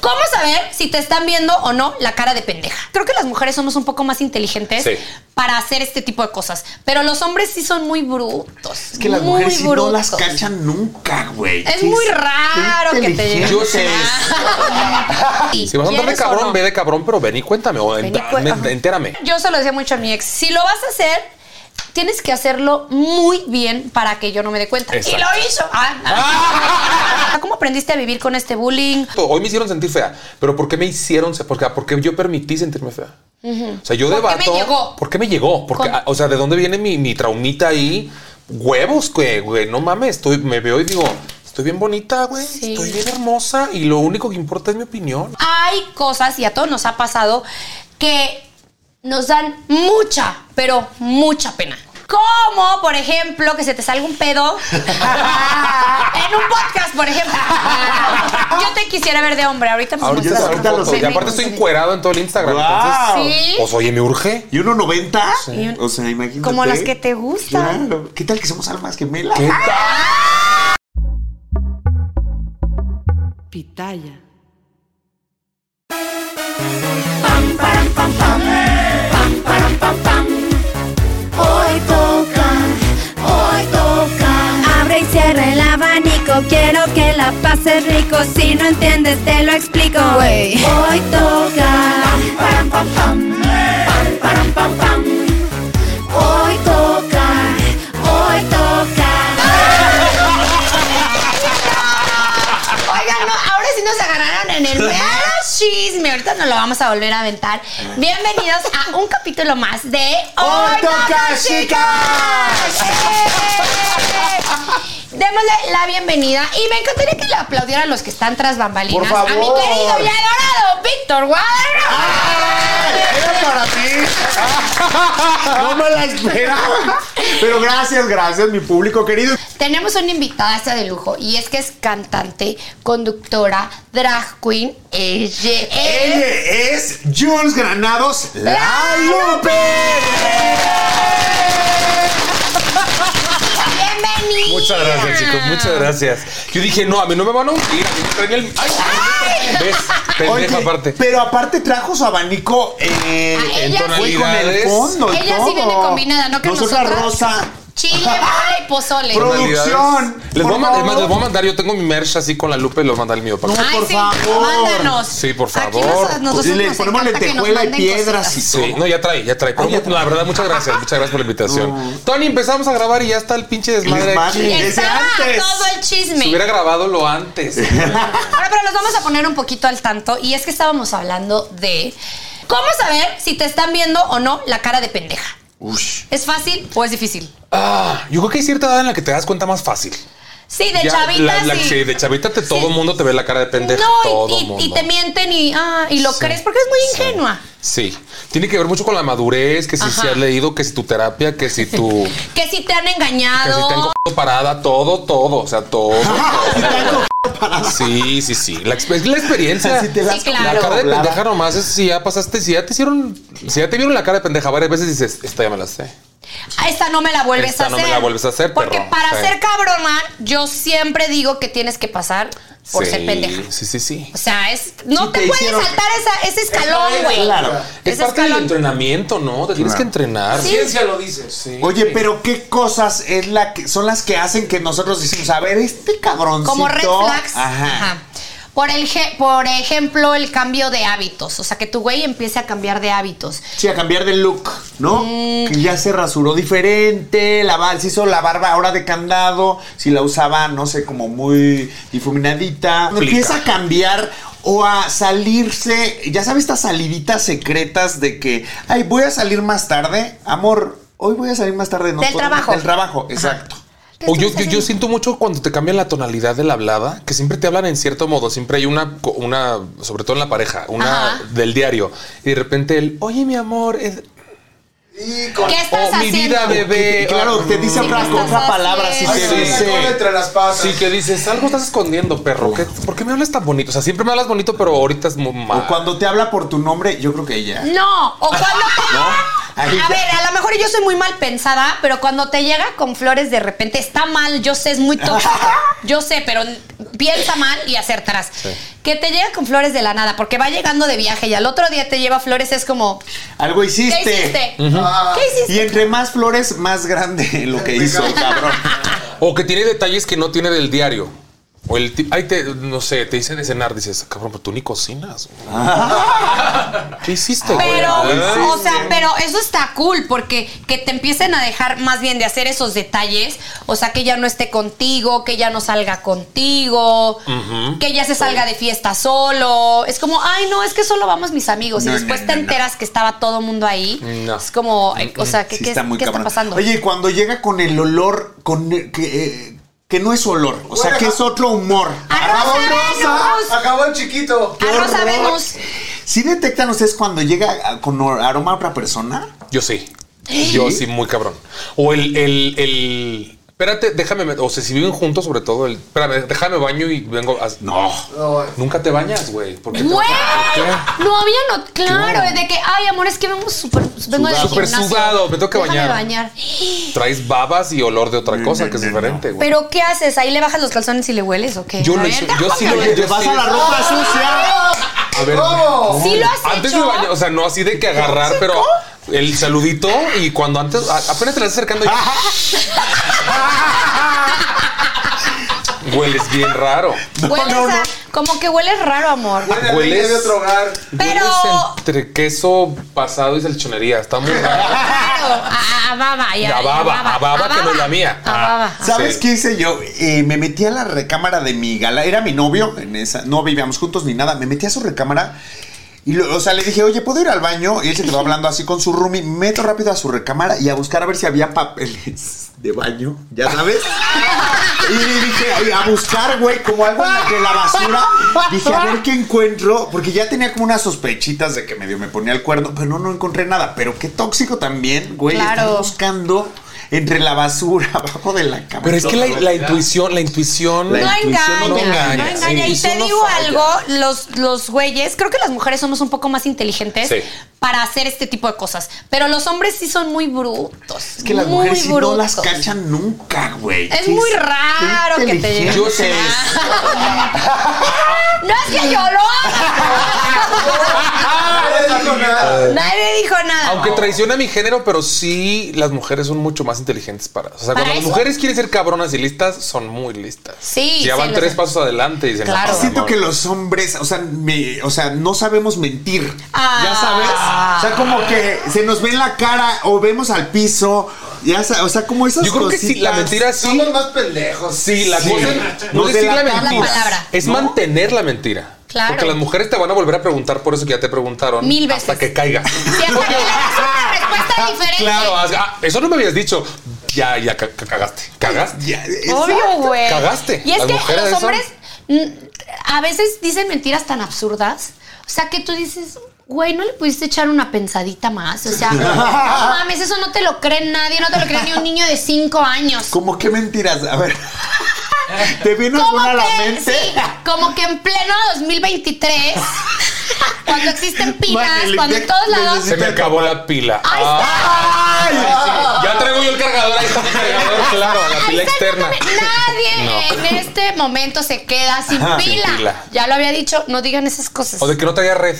¿Cómo saber si te están viendo o no la cara de pendeja? Creo que las mujeres somos un poco más inteligentes Sí. para hacer este tipo de cosas, pero los hombres sí son muy brutos. Es que las muy mujeres sí no las brutos. cachan nunca, güey. Es Qué- muy raro qué que te lleguen. inteligentes. Y Si vas a andar de ¿quieres o cabrón, no? ve de cabrón, pero ven y cuéntame o Ven y ent- cue- me- ajá. entérame. Yo se lo decía mucho a mi ex. Si lo vas a hacer, tienes que hacerlo muy bien para que yo no me dé cuenta. Exacto. Y lo hizo. Ah, ah. ¿Cómo aprendiste a vivir con este bullying? Hoy me hicieron sentir fea, pero ¿por qué me hicieron ser- porque Porque yo permití sentirme fea. O sea, yo ¿Por qué debato. me llegó? ¿Por qué me llegó? Porque, Con- ah, o sea, ¿de dónde viene mi, mi traumita ahí? Huevos, güey, güey, no mames. Estoy, me veo y digo, estoy bien bonita, güey. Sí. Estoy bien hermosa y lo único que importa es mi opinión. Hay cosas, y a todos nos ha pasado, que nos dan mucha, pero mucha pena. Como, por ejemplo, que se te salga un pedo en un podcast, por ejemplo. Yo te quisiera ver de hombre, ahorita pues Ahorita, no estás ahorita tampoco. lo sé. Y aparte estoy encuerado en todo el Instagram. ¡Guau! Entonces, Sí. pues oye, me urge. ¿Y uno 90? Y un- O sea, imagínate. Como las que te gustan. Claro. ¿Qué tal que somos almas gemelas? ¡Ah! ¿Qué tal? Pitaya. Hoy toca, hoy toca. Abre y cierra el abanico, quiero que la pases rico. Si no entiendes, te lo explico. Hoy toca. Hoy toca, hoy toca. Oigan, no, ahora sí nos agarraron en el mero chisme. Ahorita nos lo vamos a volver a aventar. Bienvenidos a un capítulo más de Hoy Toca, Chicas. ¡Eh! Démosle la bienvenida y me encantaría que le aplaudieran los que están tras bambalinas. Por favor. A mi querido y adorado Víctor Era Guadalupe. para ti. No me la esperaba. Pero gracias, gracias, mi público querido. Tenemos una invitada esta de lujo y es que es cantante, conductora, drag queen. Ella es- Ella es Jules Granados, la Lupe. Bienvenida. Muchas gracias, chicos. Muchas Ah. gracias. Yo dije, no, a mí no me van a hundir. A mí me traen el. ¡Ay! ¿Ves? Pendeja Oye, aparte. Pero aparte trajo su abanico eh, Ah, en ella fue con el sí. fondo. y Ella todo. sí viene combinada, ¿no? Que Nosotras nosotras. rosa. Chile, mole y pozole. Pro- producción, Les voy, a por mandar, es más, favor. les voy a mandar, yo tengo mi merch así con la lupa y los mandar el mío para acá. Ay, por sí, favor. mándanos. Sí, por Aquí nos- favor. a nosotros Y le nos Pues ponemos encanta que nos lentejuela y manden piedras cositas. y todo. Sí, no, ya trae, ya trae. Pero ya trae. La verdad, muchas gracias. Muchas gracias por la invitación. Tony, empezamos a grabar y ya está el pinche desmadre. Desmadre. aquí. Desde Estaba antes. todo el Si chisme. hubiera grabado lo antes. Ahora, pero los vamos a poner un poquito al tanto. Y es que estábamos hablando de cómo saber si te están viendo o no la cara de pendeja. Ush. ¿Es fácil o es difícil? Ah, yo creo que hay cierta edad en la que te das cuenta más fácil. Sí, de Ya, chavita. la- la- sí. sí, de chavita te- todo Sí. mundo te ve la cara de pendeja. No, y- todo y, mundo. y te mienten y, ah, y lo crees porque es muy ingenua. Sí, tiene que ver mucho con la madurez, que si Ajá. se has leído, que si tu terapia, que si tu... Que si te han que si te han engañado. cogido parada, todo, todo, o sea, todo. todo. sí, sí, sí, la, exp- es la experiencia. Si te das claro. La cara de doblada. pendeja nomás es si ya pasaste, si ya te hicieron, si ya te vieron la cara de pendeja varias veces dices, esta ya me la sé. Esta no me la vuelves Esta a no hacer. me la vuelves a hacer, Porque perro. para Sí. ser cabrona, yo siempre digo que tienes que pasar por Sí, ser pendeja. Sí, sí, sí. O sea, es, no Sí, te, te puedes hicieron- saltar esa- ese escalón, güey. Claro. Es Ese parte del escalón. entrenamiento, ¿no? Te tienes que entrenar. La ciencia lo dice. Sí. Oye, pero qué cosas es la que, son las que hacen que nosotros decimos, a ver, este cabroncito. Como red flags. Ajá. Ajá. Por, el, ge- por ejemplo, el cambio de hábitos. O sea, que tu güey empiece a cambiar de hábitos. Sí, a cambiar de look, ¿no? Mm. Que ya se rasuró diferente, la, bar- se hizo la barba ahora de candado, si la usaba, no sé, como muy difuminadita. Cuando Aplica. Empieza a cambiar o a salirse, ya sabes, estas saliditas secretas de que, ay, voy a salir más tarde, amor, hoy voy a salir más tarde. no Del puedo- trabajo. Del trabajo, exacto. O yo, yo, yo siento mucho cuando te cambian la tonalidad de la hablada, que siempre te hablan en cierto modo, siempre hay una, co- una sobre todo en la pareja, una Ajá. del diario, y de repente el, oye mi amor, es, ¿Qué o estás mi haciendo? vida bebé. Claro, o- te dice Sí, otra, ¿qué estás otra palabra, si haciendo? te Ay, sí, dice... me entre las patas. Sí, que dices, algo estás escondiendo, perro. ¿Qué- ¿Por qué me hablas tan bonito? O sea, siempre me hablas bonito, pero ahorita es muy mal. O cuando te habla por tu nombre, yo creo que ella. No, o cuando te Ahí llega. ya. A ver, a lo mejor yo soy muy mal pensada, pero cuando te llega con flores de repente está mal, yo sé, es muy tóxico. Yo sé, pero piensa mal y acertarás. Que te llega con flores de la nada, porque va llegando de viaje y al otro día te lleva flores, es como, Algo ¿qué hiciste. hiciste? Ah. ¿Qué hiciste? Y entre más flores, más grande lo que hizo, cabrón. O que tiene detalles que no tiene del diario. O el ti- ay, te, no sé, te dicen de cenar, dices, cabrón, pero tú ni cocinas. güey". ¿Qué hiciste, güey? Pero, ¿Verdad? o sea, pero eso está cool porque que te empiecen a dejar más bien de hacer esos detalles, o sea, que ya no esté contigo, que ya no salga contigo, que ya se salga de fiesta solo. Es como, ay, no, es que solo vamos mis amigos No, y no, después no, te no. enteras que estaba todo mundo ahí. No. Es como, eh, o sea, ¿qué, Sí qué- está muy qué está cabrón. pasando? Oye, cuando llega con el olor, con el- que, eh, que no es olor, o sea, que es otro humor. ¡A Rosa Venus! Acabó el chiquito. ¡A Rosa Venus! ¿Sí detectan ustedes cuando llega a- con or- aroma a otra persona? Ah, Yo sí. ¿Eh? Yo sí, muy cabrón. O el, el, el. Espérate, déjame. met- O sea, si viven juntos, sobre todo, el. Espérame, déjame baño y vengo. a- no. No. Nunca te bañas, güey. ¿Por qué te eh. ¡Güey! bañas? ¿Por qué? No había no, claro, de que, ay, amor, es que vengo súper, vengo del Súper gimnasio. sudado, me tengo que Déjame bañar. bañar. Traes babas y olor de otra No, cosa no, que es no, diferente, güey. ¿Pero qué haces? ¿Ahí le bajas los calzones y le hueles o qué? Yo A lo ver, hice- yo sí déjame lo ver. Te Yo vas sí. a la ropa Ah, sucia. A ver. ¿Cómo? ¿Sí lo has Antes hecho? me baño, o sea, no así de que agarrar, pero el saludito y cuando antes, a- apenas te la estás acercando y- Hueles bien raro. Hueles No, a- no, no. Como que hueles raro, amor. Huele a ¿Hueles? leña de otro hogar. Pero... Hueles entre queso pasado y salchonería. Está muy raro. Claro, a, a baba. y Y a baba, a baba que no es la mía. A Ah. baba. ¿Sabes Sí. qué hice yo? Eh, me metí a la recámara de mi gala. Era mi novio en esa. No vivíamos juntos ni nada. Me metí a su recámara. Y lo- o sea, le dije, oye, ¿puedo ir al baño? Y él se quedó hablando así con su roomie. Me Meto rápido a su recámara y a buscar a ver si había papeles de baño, ya sabes. y le dije, "Ay, a buscar, güey, como algo de la basura. Dije, a ver qué encuentro. Porque ya tenía como unas sospechitas de que medio me ponía el cuerno, pero no, no encontré nada. Pero qué tóxico también, güey. Claro. estar buscando entre la basura, abajo de la cama. Pero es que la, la Todo. intuición, la intuición. La No intuición engaña, no no engaña. engaña. Sí. Y te Intuición no digo falla. algo, los, los güeyes, creo que las mujeres somos un poco más inteligentes Sí. para hacer este tipo de cosas. Pero los hombres sí son muy brutos. Es que las muy mujeres sí no brutos. las cachan nunca, güey. Es Qué- muy qué raro que te llegue. inteligentes. Yo No es que yo lo Ah, haga. Huele a jornada. Nadie dijo nada. Aunque traiciona mi género, pero sí las mujeres son mucho más inteligentes para. O sea, ¿Para cuando las eso? mujeres quieren ser cabronas y listas, son muy listas. Sí, Ya sí, van lo tres sé. pasos adelante y dicen, Claro. "No, Siento no". que los hombres, o sea, me- o sea, no sabemos mentir. Ah. Ya sabes. O sea, como que se nos ve en la cara o vemos al piso. Ya sa- o sea, como esas Yo creo que sí, la cositas. mentira sí. Somos más pendejos. Sí, la Sí. cosa es no Nos decir la delatamos. mentira. La palabra. Es mantener la mentira. Claro. Porque las mujeres te van a volver a preguntar por eso que ya te preguntaron. Mil Hasta veces. que caiga. Si hasta que le das una respuesta diferente. Ah, Claro, haz- ah, eso no me habías dicho. Ya, ya ca- ca- cagaste. Cagaste. Ya, Obvio, exacto. güey. Cagaste. Y es Las que mujeres los son- hombres mm, a veces dicen mentiras tan absurdas. O sea, que tú dices, güey, ¿no le pudiste echar una pensadita más? O sea, no mames, eso no te lo cree nadie, no te lo cree ni un niño de cinco años. Como que mentiras. A ver. ¿Te vino Como alguna a la que- mente? sí, como que en pleno 2023, cuando existen pinas, Madre, cuando en todos lados. Se me acabó la pila. ¡Ahí está! Ah, sí, Ya traigo yo el cargador, ahí está mi cargador, claro, la pila externa. Nadie en este momento se queda sin, Ajá, pila. sin pila. Ya lo había dicho, no digan esas cosas. O de que no traía red.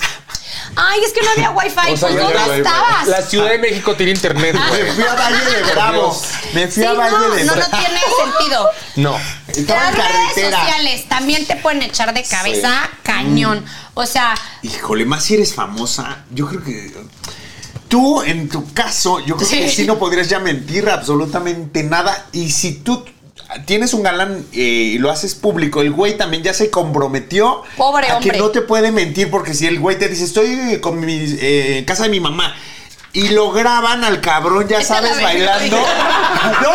Ay, es que no había wifi. O sea, pues ya ¿dónde no había wifi. estabas? La Ciudad de Ah. México tiene internet, güey. Me fui a Valle de Bravo. Me Sí, fui a no, Valle de no, Bravo. no tiene sentido. No. Estaba Las redes en carretera. Mm. sociales también te pueden echar de cabeza cañón. O sea, Híjole, más si eres famosa, yo creo que. Tú, en tu caso, yo creo que Sí. sí no podrías ya mentir absolutamente nada. Y si tú tienes un galán eh, y lo haces público, el güey también ya se comprometió Pobre a hombre. que no te puede mentir, porque si el güey te dice, estoy con mi, eh, en casa de mi mamá. Y lo graban al cabrón, ya Esta sabes, la vi, la vi. bailando. ¡No!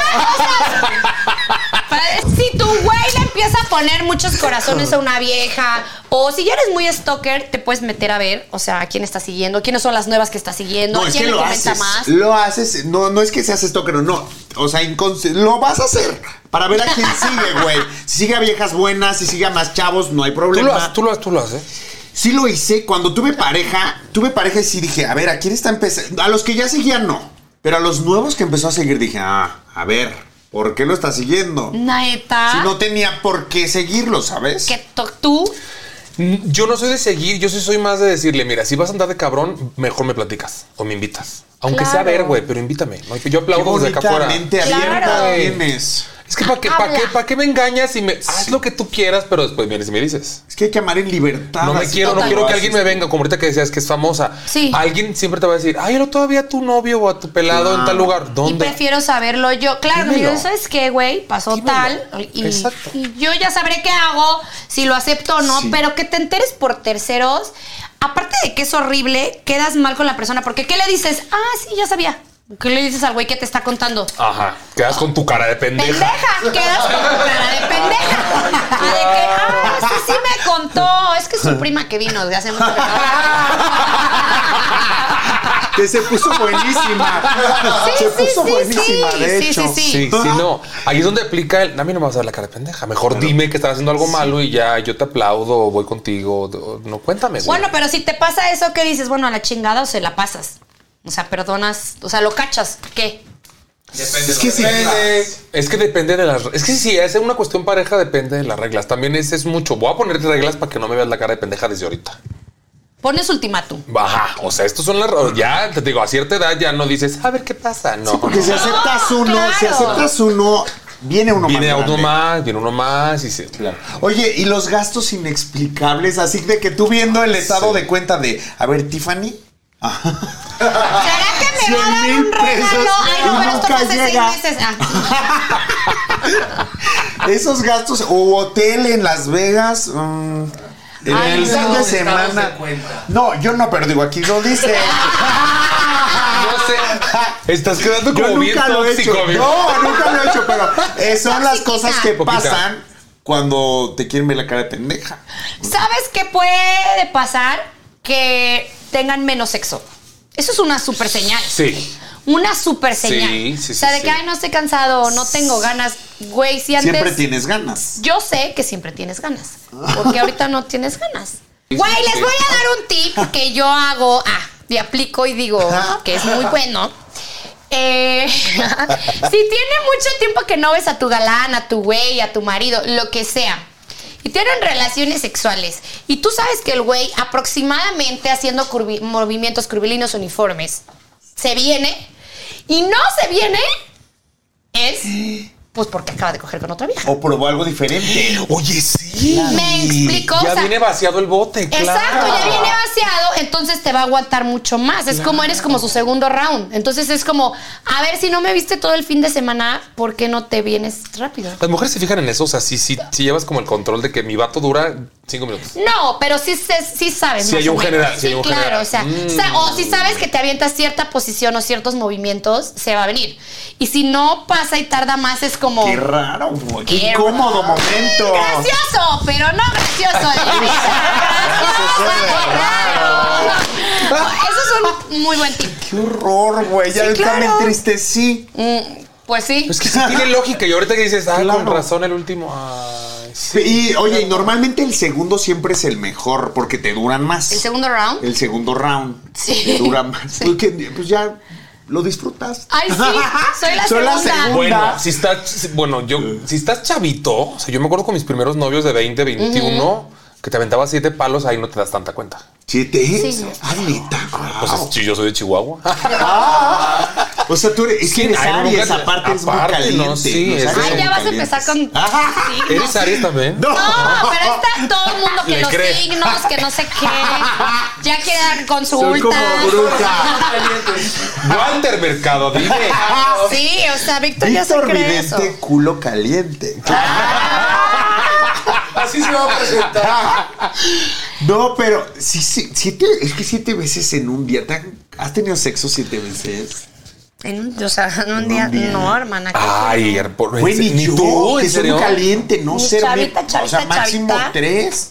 Ah. Para- Si tu güey le empieza a poner muchos corazones a una vieja, o si ya eres muy stalker, te puedes meter a ver, o sea, quién está siguiendo, quiénes son las nuevas que está siguiendo, No, es quién que le lo comenta haces. más. Lo haces. No, no es que seas stalker, no. O sea, inconsci- lo vas a hacer para ver a quién sigue, güey. Si sigue a viejas buenas, si sigue a más chavos, no hay Tú lo problema. haces, tú lo eh? haces, tú lo haces. Sí lo hice. Cuando tuve pareja, tuve pareja y sí dije, a ver, ¿a quién está empezando? A los que ya seguían, no. Pero a los nuevos que empezó a seguir, dije, ah, a ver, ¿por qué lo está siguiendo? Neta, Si no tenía por qué seguirlo, ¿sabes? Ah. que to- tú Mm, Yo no soy de seguir, yo sí soy más de decirle, mira, si vas a andar de cabrón, mejor me platicas o me invitas. Aunque sea a ver, Claro. güey, pero invítame. ¿no? Yo Qué aplaudo desde acá bonita afuera. mente Claro. abierta tienes. Es que para qué, pa' Habla. qué, pa' qué me engañas y me haz lo que tú quieras, pero después vienes y me dices. Es que hay que amar en libertad. No me así quiero, no como quiero lo que alguien me haces. venga, como ahorita que decías que es famosa. Sí. Alguien siempre te va a decir, ay, pero todavía a tu novio o a tu pelado en tal lugar. y ¿Dónde? prefiero saberlo yo. Claro, que me Dímelo. digo, ¿sabes qué, güey? Pasó Dímelo. tal y, Exacto. y yo ya sabré qué hago, si lo acepto o no, Sí. pero que te enteres por terceros, aparte de que es horrible, quedas mal con la persona, porque ¿qué le dices? Ah, sí, ya sabía. ¿Qué le dices al güey que te está contando? Ajá. Quedas con tu cara de pendeja. pendeja, quedas con cara de pendeja. A de que, ah, sí, sí me contó. Es que es su prima que vino de hace mucho que no". Que se puso buenísima. Sí, se sí, puso sí, buenísima, sí. de Sí, hecho. sí, Sí, sí, no. Ahí es donde aplica el. A mí no me vas a dar la cara de pendeja. Mejor dime que estás haciendo algo malo y ya yo te aplaudo, voy contigo. o- No, cuéntame. güey. Bueno, pero si te pasa eso, ¿qué dices? Bueno, a la chingada o se la pasas. O sea, perdonas, o sea, lo cachas. ¿Qué? Depende. Es que sí. Es que depende de las. Es que si es una cuestión pareja, depende de las reglas. También es, es mucho. Voy a ponerte reglas para que no me veas la cara de pendeja desde ahorita. Pones ultimátum. Ajá. O sea, estos son las. Ya te digo, a cierta edad ya no dices, a ver qué pasa. No. Sí, porque si aceptas uno, si claro. aceptas uno, viene uno viene más. uno grande. más, viene uno más y se. Oye, y los gastos inexplicables, así de que tú viendo el estado de cuenta de, a ver, Tiffany. Ah, ¿Será que me va a dar 100,000 un pesos, regalo? Ay, no, pero esto fue nunca hace seis llega. meses. Ah. Esos gastos, o hotel en Las Vegas. mm, en Ay, el no, fin de estados de semana. cuenta. no, yo no, pero digo, aquí lo dice. No sé. Estás quedando Ah, Yo como bien nunca lo he tóxico, hecho. amigo. No, nunca lo he hecho, pero eh, son las cosas que Poquita. pasan cuando te quieren ver la cara de pendeja. ¿Sabes qué puede pasar? Que tengan menos sexo. Eso es una super señal. Sí. Una super señal. Sí, sí, o sea, sí, de sí. que, ay, no estoy cansado, no tengo ganas. Güey, si antes... Siempre tienes ganas. Yo sé que siempre tienes ganas. Porque ahorita no tienes ganas. Güey, les voy a dar un tip que yo hago, ah, y aplico y digo que es muy bueno. Eh, si tiene mucho tiempo que no ves a tu galán, a tu güey, a tu marido, lo que sea, y tienen relaciones sexuales, y tú sabes que el güey aproximadamente haciendo curvi- movimientos curvilíneos uniformes, se viene y no se viene, es pues porque acaba de coger con otra vieja. O probó algo diferente. Oh. Oye, sí. Me explico, Ya o sea- viene vaciado el bote, Exacto, claro. ya viene vaciado, entonces te va a aguantar mucho más. Es como eres como su segundo round. Entonces es como, a ver, si no me viste todo el fin de semana, ¿por qué no te vienes rápido? Las mujeres se fijan en eso, o sea, si, si, si llevas como el control de que mi vato dura cinco minutos. No, pero sí, se- sí sabes. Sí más hay o un menos. general, sí Sí, hay un claro, general. Mm. o sea, o sea, o si sabes que te avientas cierta posición o ciertos movimientos, se va a venir. Y si no pasa y tarda más, es como. Qué raro, güey. Qué, Qué incómodo raro. momento. Gracioso, pero no gracioso. Elisa. Eso gracioso, suena raro. Eso es un muy buen tip. Qué horror, güey. Ya Sí, ahorita claro. me entristecí. Mm, pues sí. Es que sí tiene lógica. Y ahorita que dices, ah, Claro. con razón el último. Ay, sí. Y oye, y normalmente el segundo siempre es el mejor porque te duran más. ¿El segundo round? El segundo round. Sí. Ah. Te dura más. Sí. Porque, pues ya lo disfrutas. Ay, sí, soy la Soy la segunda. segunda. Bueno, si estás, si- bueno, yo, si estás chavito, o sea, yo me acuerdo con mis primeros novios de 20, 21, que te aventaba siete palos, ahí no te das tanta cuenta. ¿Siete? Sí. Ah, neta. Pues guau. es- si yo soy de Chihuahua. O sea, tú eres, es que Sí, eres no, Aries, nunca- aparte es muy aparte, caliente. no, sí, Los es- Aries Ay, son ya muy vas a empezar con. calientes. Ah, signos. ¿Eres Aries también? No. No, pero está todo el mundo que Le los cree. signos, que no sé qué. Ya quiere dar Soy como consultas. bruja. Walter Mercado, dime. Sí, o sea, Víctor ya se Víctor cree eso. Vidente, culo caliente. Así se va a presentar. No, pero sí, sí, siete, es que siete veces en un día. ¿te han- ¿Has tenido sexo siete veces? En un- o sea, en un día. No, hermana. ¿qué Ay, er, quiero? por Güey, ni ni yo, tú, que en soy serio. muy caliente, no Ni ser. chavita, o sea, chavita, máximo chavita. tres.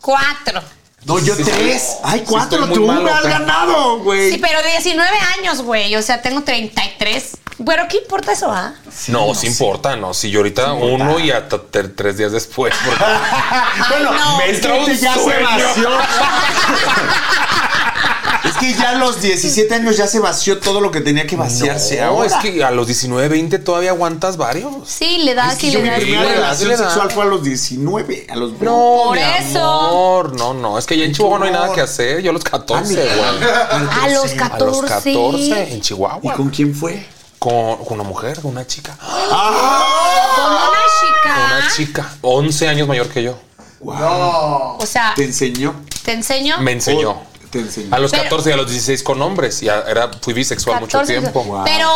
Cuatro. No, yo Sí, sí, tres. sí. Ay, Sí, cuatro. estoy muy tú malo, me has cara. ganado, güey. Sí, pero 19 años, güey. O sea, tengo 33. Pero ¿qué importa eso, ah? No, sí importa, no. Si yo ahorita uno y hasta te- tres días después. porque- bueno, no. es que este ya se Sueño. vació. es que ya a los 17 años ya se vació todo lo que tenía que vaciarse no, ahora. es que a los 19, 20 todavía aguantas varios. Sí, le das y yo le mi das. primera Sí, relación le da. sexual fue a los 19, a los No, Por mi eso. amor, no, no. Es que ya en Chihuahua no hay nada que hacer. Yo a los 14, güey. A los A los 14. 14 en ¿Y Chihuahua. con quién fue? Con, con una mujer, con una chica. Con una Con una chica. ah. chica 11 años mayor que yo. O sea, ¿Te enseñó? te enseño. Me enseñó. Te enseñó. A los Pero- 14 y a los 16 con hombres. Y a- era, fui bisexual mucho 14, tiempo. Pero,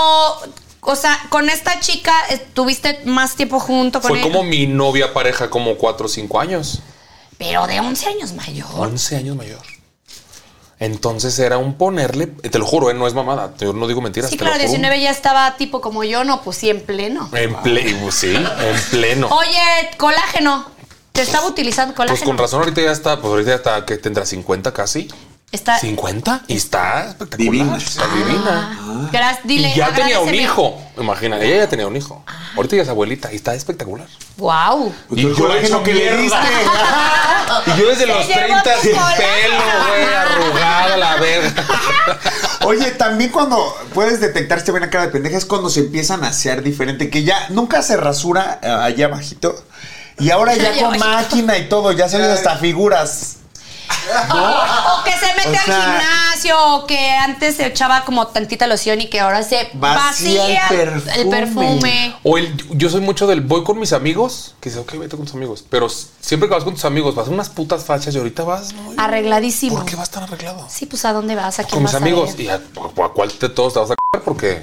o sea, con esta chica estuviste más tiempo junto con Fue él. como mi novia pareja, como 4 o 5 años. Pero de 11 años mayor. 11 años mayor. Entonces era un ponerle, te lo juro, ¿eh? no es mamada, yo no digo mentiras. Sí, te claro, lo juro. 19 ya estaba tipo como yo, no, pues sí, en pleno. En pleno, sí, en pleno. Oye, colágeno. Te estaba utilizando colágeno. Pues con razón ahorita ya está, pues ahorita ya está que tendrá 50 casi. Está. ¿50? Y está espectacular. Divina. Está Ah. divina. Gra- dile, Y ya tenía un agradeceme. Ah. hijo. Imagina, ella ya tenía un hijo. Ahorita ya es abuelita y está espectacular. Wow. Pues tú el la he colágeno hecho que le mierda. diste. Y yo desde Oh, Se los llevó 30 tu sin colágeno. pelo, güey, arrugada la verga. Oye, también cuando puedes detectar si te ven a cara de pendeja es cuando se empiezan a hacer diferente, que ya nunca se rasura eh, allá abajito. Y ahora ya Allá con abajito. máquina y todo, ya salen hasta figuras. O que se mete O sea- al gimnasio, o que antes se echaba como tantita loción y que ahora se Vacía el vacía, perfume. el perfume. O el, yo soy mucho del voy con mis amigos, que dice, ok, vete con tus amigos. Pero s- siempre que vas con tus amigos, vas a unas putas fachas y ahorita vas. ¿no? Arregladísimo. ¿Por qué vas tan arreglado? Sí, pues a dónde vas, a quién Con mis vas a amigos. ver? ¿Y a, a- a cuál de todos te vas a c Porque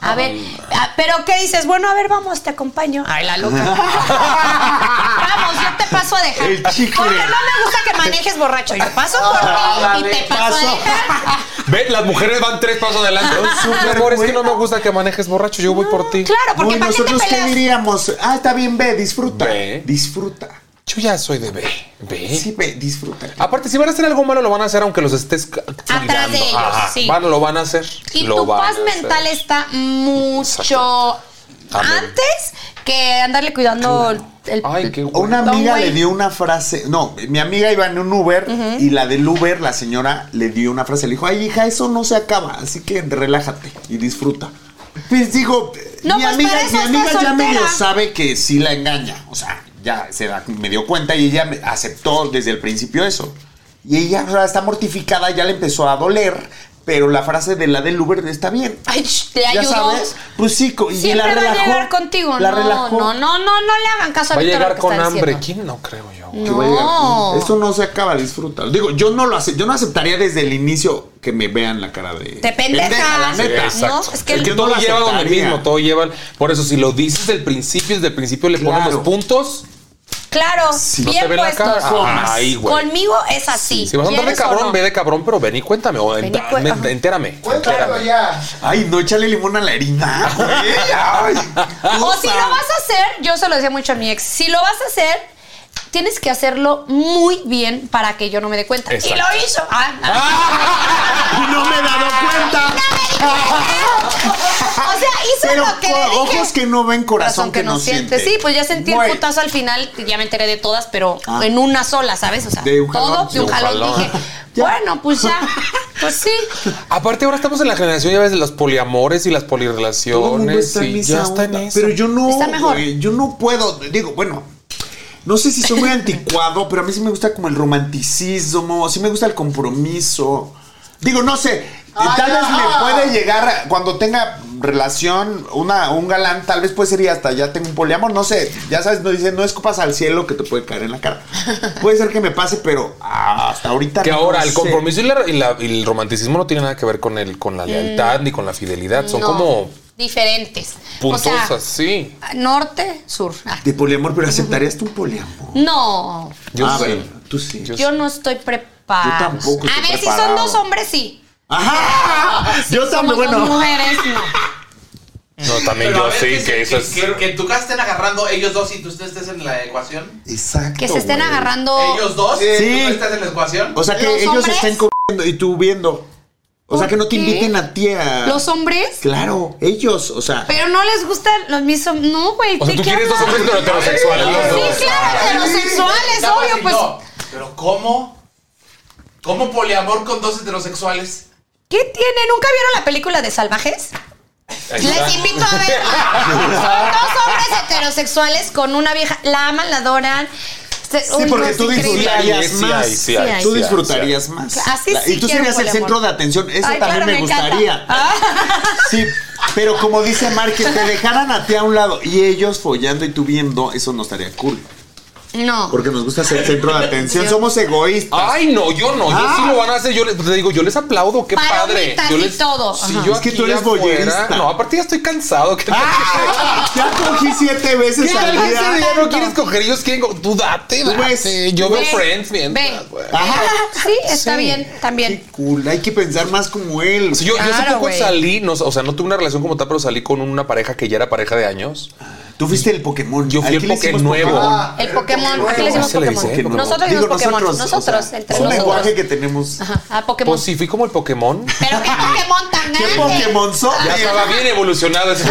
A ver, ah, pero ¿qué dices? Bueno, a ver, vamos, te acompaño. Ay, la loca. vamos, yo te paso a dejar. El chicle. Ah, Porque no me gusta que manejes borracho. Yo paso por ti y te paso, a dejar. ve, las mujeres van tres pasos adelante. Ah, Mi amor, es que no me gusta que manejes borracho, yo voy por ti. Claro, porque Uy, ¿para qué te nosotros qué peleas? diríamos, ah, está bien, ve, disfruta. Ve. ¿Eh? Disfruta. Yo ya soy de B. B. Sí, ve, disfruta. Aparte, si van a hacer algo malo, lo van a hacer aunque los estés ca- Atrás de cuidando. ellos, Ajá. sí. Van- lo van a hacer. Y lo tu van a paz hacer. mental está mucho Exacto. Amén. antes que andarle cuidando el... Ay, qué guay. Una amiga Don, güey. le dio una frase. No, mi amiga iba en un Uber y la del Uber, la señora, le dio una frase. Le dijo, ay, hija, eso no se acaba, así que relájate y disfruta. Pues digo, No, mi pues, amiga, para eso mi está amiga ya soltera. medio sabe que sí la engaña. O sea, ya se da- me dio cuenta y ella me aceptó desde el principio eso. Y ella o sea, está mortificada, ya le empezó a doler, pero la frase de la del Uber está bien. Ay, sh, ¿le ya ayudó? sabes, pues sí, co- y la Siempre va a relajó. llegar contigo. La no, relajó. no, no, no, no le hagan caso a Va a Víctor lo llegar que con está hambre. diciendo. ¿Quién? No creo yo. que va a llegar. Eso no se acaba, disfruta. Digo, yo no lo ace- yo no aceptaría desde el inicio que me vean la cara de. Te pendeja. la neta. Sí, exacto. No, es que El el- no todo la lleva donde aceptaría. mismo, todo lleva. Por eso, si lo dices del principio, desde el principio le Claro. ponemos puntos, Claro, no bien te ve la puestos. cara. Ahí, güey. Conmigo es así. Si vas a andar de ¿Quieres o cabrón, no? ve de cabrón, pero ven y cuéntame. O Ven y ent- cué- ajá. entérame. Cuéntalo entérame. ya. Ay, no échale limón a la herida, güey. Ay, O cosa. si lo vas a hacer, yo se lo decía mucho a mi ex, si lo vas a hacer, tienes que hacerlo muy bien para que yo no me dé cuenta. Y Exacto. lo hizo. Ah, Y no me he dado cuenta. O sea, hizo Pero lo que co- le dije. ojos que no ven, corazón, que, no siente. Sí, pues ya sentí Güey, el putazo al final, ya me enteré de todas, pero Ah. en una sola, ¿sabes? O sea, De un todo jalón. de un De un jalón. jalón. Dije, bueno, pues ya. Pues sí. Aparte, ahora estamos en la generación, ya ves, de los poliamores y las Todo el mundo polirrelaciones. está en y esa ya está en onda, eso. Pero yo no, Está mejor. güey, yo no puedo, digo, bueno, no sé si soy muy anticuado, pero a mí sí me gusta como el romanticismo, sí me gusta el compromiso. Digo, no sé, tal vez me puede llegar cuando tenga relación una un galán, tal vez puede ser y hasta ya tengo un poliamor, no sé, ya sabes, no dice, no escupas al cielo que te puede caer en la cara. Puede ser que me pase, pero hasta ahorita Que no ahora el sé. compromiso y, la- y la- y el romanticismo no tiene nada que ver con el, con la lealtad ni con la fidelidad. Son Mm. no, como Diferentes. puntos O sea, así. norte, sur. Ah, de poliamor, pero aceptarías tu poliamor? No. Yo Ah, sí. bueno, tú sí. Yo no estoy preparada. Yo tampoco A estoy ver, si son preparado. dos hombres, sí. Ajá. Yo Si también, somos dos bueno. mujeres, no. No, también Pero a yo ver sí, que, se- eso es. Que, que en tu casa estén agarrando ellos dos y tú estés en la ecuación. Exacto. Que se estén güey. agarrando. Ellos Oh. dos Sí. y tú estás en la ecuación. O sea que ¿Los ellos hombres? estén comiendo y tú viendo. O sea que no te ¿Por qué? inviten a ti a. Los hombres. Claro, ellos, o sea. Pero no les gustan los mis hom- No, güey. O sea, ¿de tú qué quieres dos hablas? hombres pero heterosexuales. los dos. Sí, claro, heterosexuales, Nada más obvio, y pues. no. Pero ¿cómo? ¿Cómo poliamor con dos heterosexuales? ¿Qué tiene? ¿Nunca vieron la película de salvajes? Ahí está. Les invito a ver. Son dos hombres heterosexuales con una vieja. La aman, la adoran. Sí, porque tú disfrutarías Sí, más. hay, sí hay, tú sí hay, disfrutarías más. Así La- sí y tú quiero serías el poliamor. centro de atención. Eso Ay, también claro, me me encanta. Ah. gustaría. Sí, pero como dice Mark, que te dejaran a ti a un lado y ellos follando y tú viendo, eso no estaría cool. No. Porque nos gusta ser centro de atención. Yo- Somos egoístas. Ay, no, yo no. Yo sí Ah. lo van a hacer. Yo les, te digo, yo les aplaudo. Qué padre. Palomitas Yo y les, todo. Si Ajá. yo Es que aquí tú eres afuera- voyerista. No, aparte ya estoy cansado. ¿Qué Ah, ya cogí siete veces tal al vez día. ese día no quieres coger? Ellos quieren. co- Tú date, Tú ves, date. Yo tú veo ves, Friends ve. mientras, güey. Ajá. Sí, está Sí. bien, Qué también. cool, hay que pensar más como él. O sea, yo, yo hace Claro, poco güey. salí, no, o sea, no tuve una relación como tal, pero salí con una pareja que ya era pareja de años. Tú fuiste el Pokémon. Yo fui Aquí el le Poké hicimos nuevo. El Pokémon. Aquí le Así decimos le Pokémon. dice, Pokémon. Nosotros Digo, decimos Pokémon. nosotros, o sea, Nosotros, entre es un lenguaje nosotros. que tenemos. Ajá, ah, Pokémon. Pues sí, fui como el Pokémon. Pero qué Pokémon tan ¿Qué grande. Pokémon son? Eh, Ya estaba bien evolucionado ese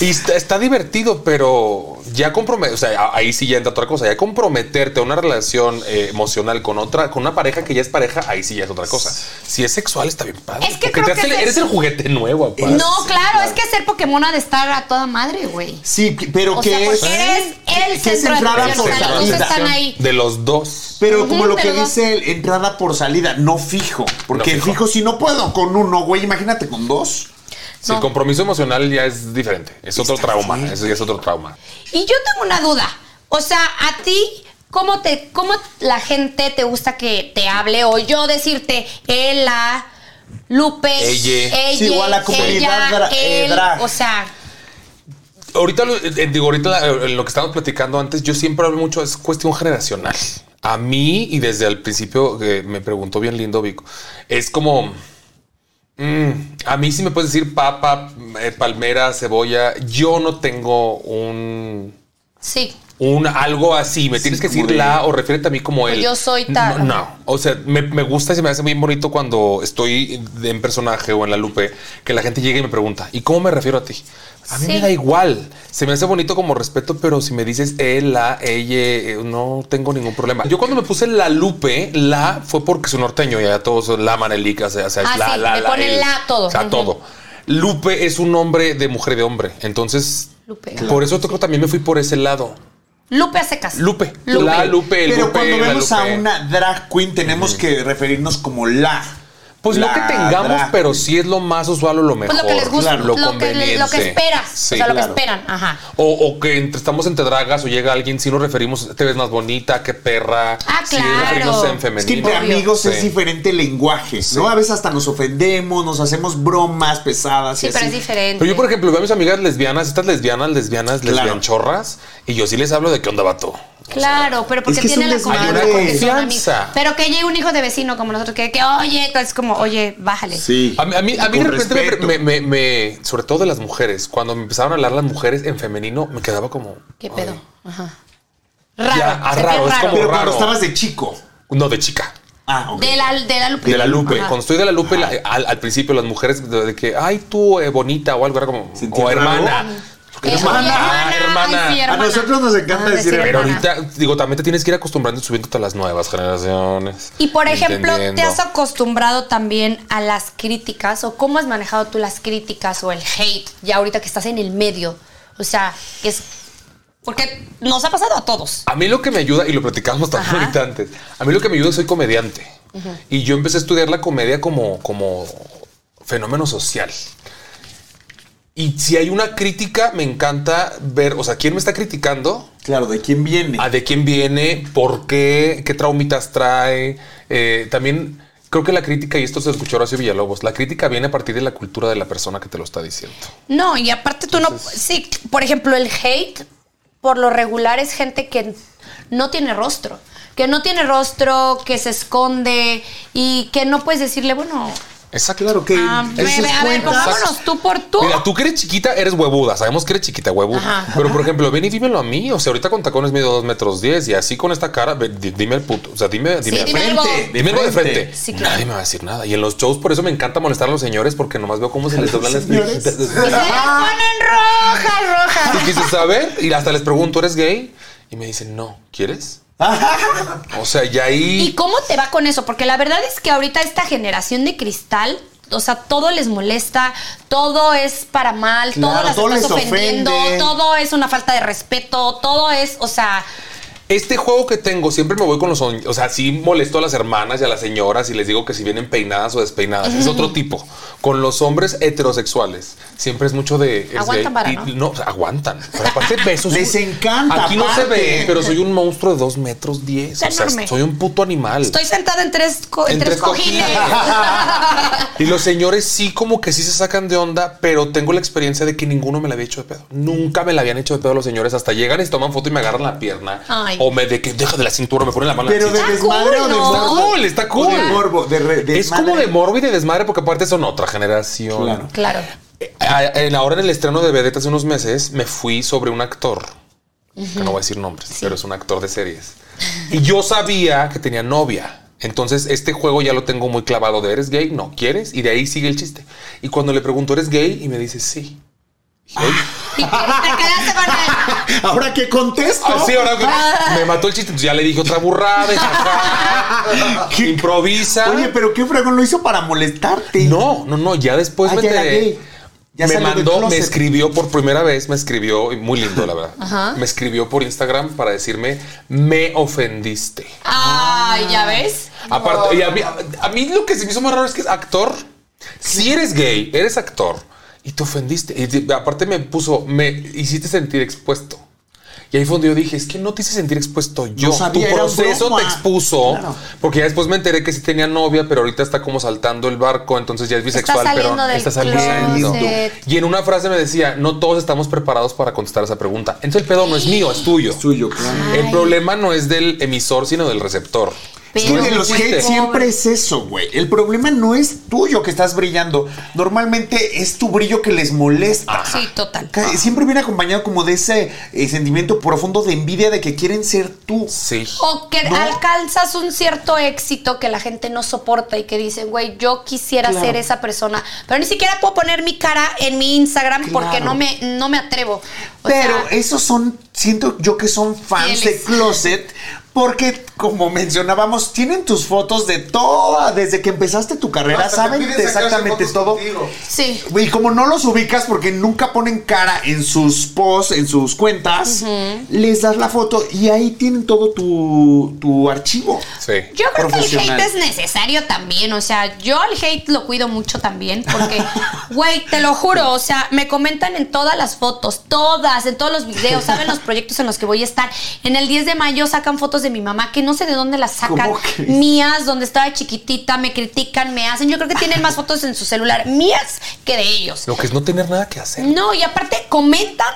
Y está, está divertido, pero ya comprometer, o sea, a- ahí sí ya entra otra cosa. Ya comprometerte a una relación eh, emocional con otra, con una pareja que ya es pareja, ahí sí ya es otra cosa. Si es sexual, está bien padre. Es que porque creo te que hace- es eres eso. el juguete nuevo, aparte. No, claro, es que ser Pokémon ha de estar a toda madre, güey. Sí, pero O que sea, es. porque eres el que es centro de entrada atención. por O sea, los dos salida. están ahí. Este, De los dos. Pero Ujú, como lo que pero- dice él, entrada por salida, no fijo. Porque No fijo. fijo. si no puedo con uno, güey, imagínate con dos. Si el compromiso emocional ya es diferente. Es otro trauma. Eso ya es otro trauma. Y yo tengo una duda. O sea, a ti, ¿cómo, te, cómo la gente te gusta que te hable? O yo decirte, Ela, Lupe, Elle. Sí, o a la comunidad ella, dra- eh, él, drag. O sea, Ahorita, lo- eh, digo, ahorita la- eh, lo que estábamos platicando antes, yo siempre hablo mucho, es cuestión generacional. A mí, y desde el principio que me preguntó bien lindo Vico, es como, mm, a mí sí me puedes decir papa, eh, palmera, cebolla, yo no tengo un, sí. un algo así, me tienes que decir la o refiérete a mí como él. Yo soy tal. No, no. o sea, me, me gusta y se me hace muy bonito cuando estoy de- en personaje o en la lupe que la gente llega y me pregunta, ¿y cómo me refiero a ti? A mí Sí. me da igual. Se me hace bonito como respeto, pero si me dices él, la, ella, eh, no tengo ningún problema. Yo cuando me puse la lupe, la fue porque soy norteño y allá todos la Manelik, o sea, o sea, es Ah, la, sí, la, le ponen él. la a todo. O sea, Ujú. todo. Lupe es un nombre de mujer de hombre. Entonces, Lupe. por eso yo creo que también me fui por ese lado. Lupe a secas. Lupe. Lupe. Pues La Lupe, el Pero Lupe, cuando la vemos a Lupe. una drag queen tenemos que referirnos como la. Pues La no que tengamos, drag pero sí es lo más usual o lo mejor. Pues lo que les gusta, claro, lo, lo que, conveniente. lo que esperas. Sí, o sea, lo que claro. esperan. Ajá. O, o que entre- estamos entre dragas o llega alguien, si nos referimos, te ves más bonita, qué perra. Ah, Si nos referimos claro. en femenino. Es que entre Obvio. amigos es Sí. diferente el lenguaje, ¿no? A veces hasta nos ofendemos, nos hacemos bromas pesadas. Sí, y pero es así. diferente. Pero yo, por ejemplo, veo a mis amigas lesbianas, estas lesbianas, lesbianas, Claro. lesbianchorras, y yo sí les hablo de qué onda vato. Claro, pero porque es que es tienen un la desmadre. comadre, Hay una porque son amigos. confianza. Pero que llegue un hijo de vecino como nosotros, que, que oye, es como, oye, bájale. Sí. A mí, a mí, a mí Con de repente, respeto. me- me- me- me- sobre todo de las mujeres, cuando me empezaron a hablar las mujeres en femenino, me quedaba como. ¿Qué ay. pedo? Ajá. Raro. Ya, ah, se ve raro, es raro. como- Pero cuando raro. estabas de chico. No, de chica. Ah, ok. De la, de la Lupe. De la Lupe. Ajá. Cuando estoy de la Lupe, la- al, al principio las mujeres de, de que, ay, tú eh, bonita o algo, era como, ¿Sentían o hermana. algo? Porque Eh, eres oye, hermana, hermana, hermana. ay, sí, A hermana. nosotros nos encanta Ah, decir Pero hermana. ahorita, digo, también te tienes que ir acostumbrando y subiéndote a las nuevas generaciones. Y por ejemplo, ¿te Entendiendo. has acostumbrado también a las críticas o cómo has manejado tú las críticas o el hate ya ahorita que estás en el medio? O sea, que es porque nos ha pasado a todos. A mí lo que me ayuda, y lo platicamos también Ajá. ahorita antes, a mí lo que me ayuda es soy comediante. Y yo empecé a estudiar la comedia como, como fenómeno social. Y si hay una crítica, me encanta ver, o sea, quién me está criticando, Claro, ¿de quién viene? a de quién viene, por qué, qué traumitas trae. Eh, también creo que la crítica, y esto se escuchó Horacio Villalobos, la crítica viene a partir de la cultura de la persona que te lo está diciendo. No, y aparte tú no sí, por ejemplo, el hate por lo regular es gente que no tiene rostro, que no tiene rostro, que se esconde y que no puedes decirle, bueno, Exacto. Claro que Ah, eso bebé, a ver, cuenta. pongámonos Exacto. tú por tú. Mira, tú que eres chiquita, eres huevuda. Sabemos que eres chiquita, huevuda. Ajá. Pero, por ejemplo, ven y dímelo a mí. O sea, ahorita con tacones mido dos metros 10 y así con esta cara, ve, di- dime el puto. O sea, dime, dime, Sí, de dime frente. algo. De Dime algo de frente. frente. Sí, claro. Nadie me va a decir nada. Y en los shows, por eso me encanta molestar a los señores porque nomás veo cómo se les doblan las Señores. piernitas. y se las ponen rojas, rojas. Y quise saber, y hasta les pregunto, ¿eres gay? Y me dicen, no, ¿quieres? O sea, y ¿Y ahí. cómo te va con eso? Porque la verdad es que ahorita esta generación de cristal, o sea, todo les molesta, todo es para mal, Claro, todo las todo estás les ofendiendo, ofende. todo es una falta de respeto, todo es, o sea, Este juego que tengo, siempre me voy con los. on- O sea, sí molesto a las hermanas y a las señoras y les digo que si vienen peinadas o despeinadas. Es otro tipo. Con los hombres heterosexuales, siempre es mucho de. es Aguantan gay. para, Y- ¿no? o sea, aguantan. Pero aparte, besos. Les encanta, Aquí no se aparte. ve, pero soy un monstruo de dos metros diez. Está O sea, enorme. soy un puto animal. estoy sentada en tres, co- en En tres tres cojines. Y los señores sí como que sí se sacan de onda, pero tengo la experiencia de que ninguno me la había hecho de pedo. Nunca me la habían hecho de pedo los señores. Hasta llegan y se toman foto y me agarran la pierna. Ay. O me de que deja de la cintura, me ponen la mano en la Pero de cintura. Está desmadre cool, o de ¿no? morbo. Está cool, está cool. O de morbo, de re- de Es como de desmadre. morbo y de desmadre porque aparte son otra generación. Claro. Claro. Eh, a- en- Ahora en el estreno de Vedette hace unos meses me fui sobre un actor, que no voy a decir nombres, pero es un actor de series. Y yo sabía que tenía novia. Entonces este juego ya lo tengo muy clavado de eres gay, no quieres, y de ahí sigue el chiste. Y cuando le pregunto, ¿eres gay? Y me dice, sí. Dije, "Oye". Y te quedaste con él. Ahora que contesto. Ah, sí, ahora que- me mató el chiste, entonces ya le dije otra burrada, jajaja. ¿Qué? improvisa. Oye, pero qué fregón lo hizo para molestarte. No, no, no, ya después Ah, me ya era enteré. gay. Ya me salió del mandó, me closet. escribió por primera vez, me escribió, y muy lindo la verdad. Me escribió por Instagram para decirme, me ofendiste. Ah. Ay, ya ves. Aparte, y a, mí, a mí lo que se me hizo más raro es que es actor. Si eres gay, eres actor y te ofendiste. Y di- aparte me puso, me hiciste sentir expuesto. Y ahí fue donde yo dije, es que no te hice sentir expuesto yo. sabía, tu era proceso broma. te expuso. Claro. Porque ya después me enteré que sí tenía novia, pero ahorita está como saltando el barco, entonces ya es bisexual, saliendo pero del está saliendo. closet. Y en una frase me decía, no todos estamos preparados para contestar esa pregunta. Entonces el pedo no es mío, es tuyo. Suyo, claro. Ah, El problema no es del emisor, sino del receptor. Es que Pero- de los Chiste. hate siempre es eso, güey. El problema no es tuyo que estás brillando. Normalmente es tu brillo que les molesta. Sí, total. Ah. Ca- Siempre viene acompañado como de ese eh, sentimiento profundo de envidia de que quieren ser tú. Sí. O que No. alcanzas un cierto éxito que la gente no soporta y que dicen, güey, yo quisiera Claro. ser esa persona, pero ni siquiera puedo poner mi cara en mi Instagram porque Claro. no me, no me atrevo. O Pero sea, esos son siento yo que son fans de Fieles. Closet porque, como mencionábamos, tienen tus fotos de toda, desde que empezaste tu carrera, Hasta te saben piden sacarse exactamente fotos todo. contigo. Sí. Y como no los ubicas porque nunca ponen cara en sus posts, en sus cuentas, les das la foto y ahí tienen todo tu, tu archivo. Sí. Yo creo que el Profesional. hate es necesario también, o sea, yo el hate lo cuido mucho también, porque, güey, te lo juro, o sea, me comentan en todas las fotos, todas, en todos los videos, saben los proyectos en los que voy a estar. En el 10 de mayo sacan fotos de mi mamá, que no sé de dónde las sacan, ¿Cómo crees? mías, donde estaba chiquitita, me critican, me hacen, yo creo que tienen más fotos en su celular mías que de ellos. Lo que es no tener nada que hacer. No, y aparte comentan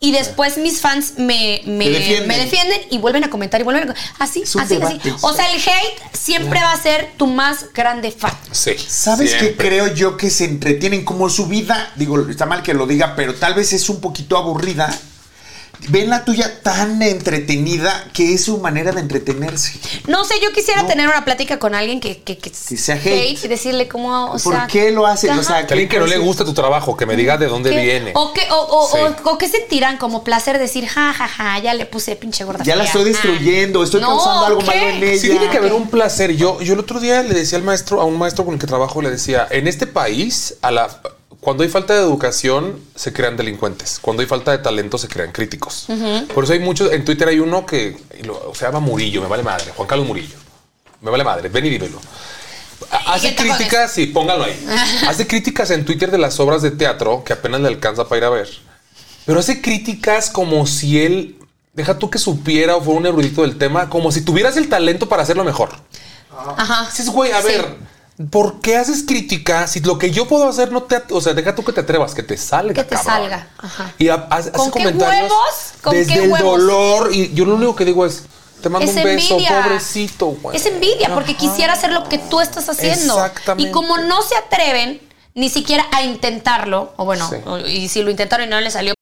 y después mis fans me, me, Te defienden. me defienden y vuelven a comentar y vuelven a así, Es un así, debate. así. O sea, el hate siempre va a ser tu más grande fan. Sí. ¿Sabes qué siempre. creo yo que se entretienen? Como su vida, digo, está mal que lo diga, pero tal vez es un poquito aburrida. Ven la tuya tan entretenida que es su manera de entretenerse. No sé, yo quisiera No. tener una plática con alguien que, que, que, sea hate. y decirle cómo, o ¿Por sea, qué lo hacen? O ajá. sea, Que alguien que no le gusta tu trabajo, que me diga de dónde ¿Qué? viene. O qué, o, o, Sí. o- o qué sentirán como placer decir, ja, ja, ja, ya le puse pinche gorda. Ya fea". la Ah. estoy destruyendo, estoy No, causando algo ¿qué? malo en ella. Sí tiene que haber un placer. Yo, yo el otro día le decía al maestro, a un maestro con el que trabajo, le decía, en este país, a la, cuando hay falta de educación, se crean delincuentes. Cuando hay falta de talento, se crean críticos. Por eso hay muchos, en Twitter hay uno que y lo- se llama Murillo, me vale madre, Juan Carlos Murillo. Me vale madre, ven y dímelo. A- ¿Y qué Hace te críticas, sí, póngalo ahí. Hace críticas en Twitter de las obras de teatro que apenas le alcanza para ir a ver. Pero hace críticas como si él, deja tú que supiera o fuera un erudito del tema, como si tuvieras el talento para hacerlo mejor. Ajá. Dices, güey, a Sí. ver, ¿por qué haces crítica si lo que yo puedo hacer no te... at- O sea, deja tú que te atrevas, que te salga. Que te cabrón. salga, ajá. Y ha- ha- hace ¿Con qué comentarios huevos? ¿Con desde qué el huevos? dolor. Y yo lo único que digo es, te mando Es un beso, envidia. pobrecito, güey. Es envidia, porque quisiera hacer lo que tú estás haciendo. Exactamente. Y como no se atreven ni siquiera a intentarlo, o bueno, Sí. o- y si lo intentaron y no les salió,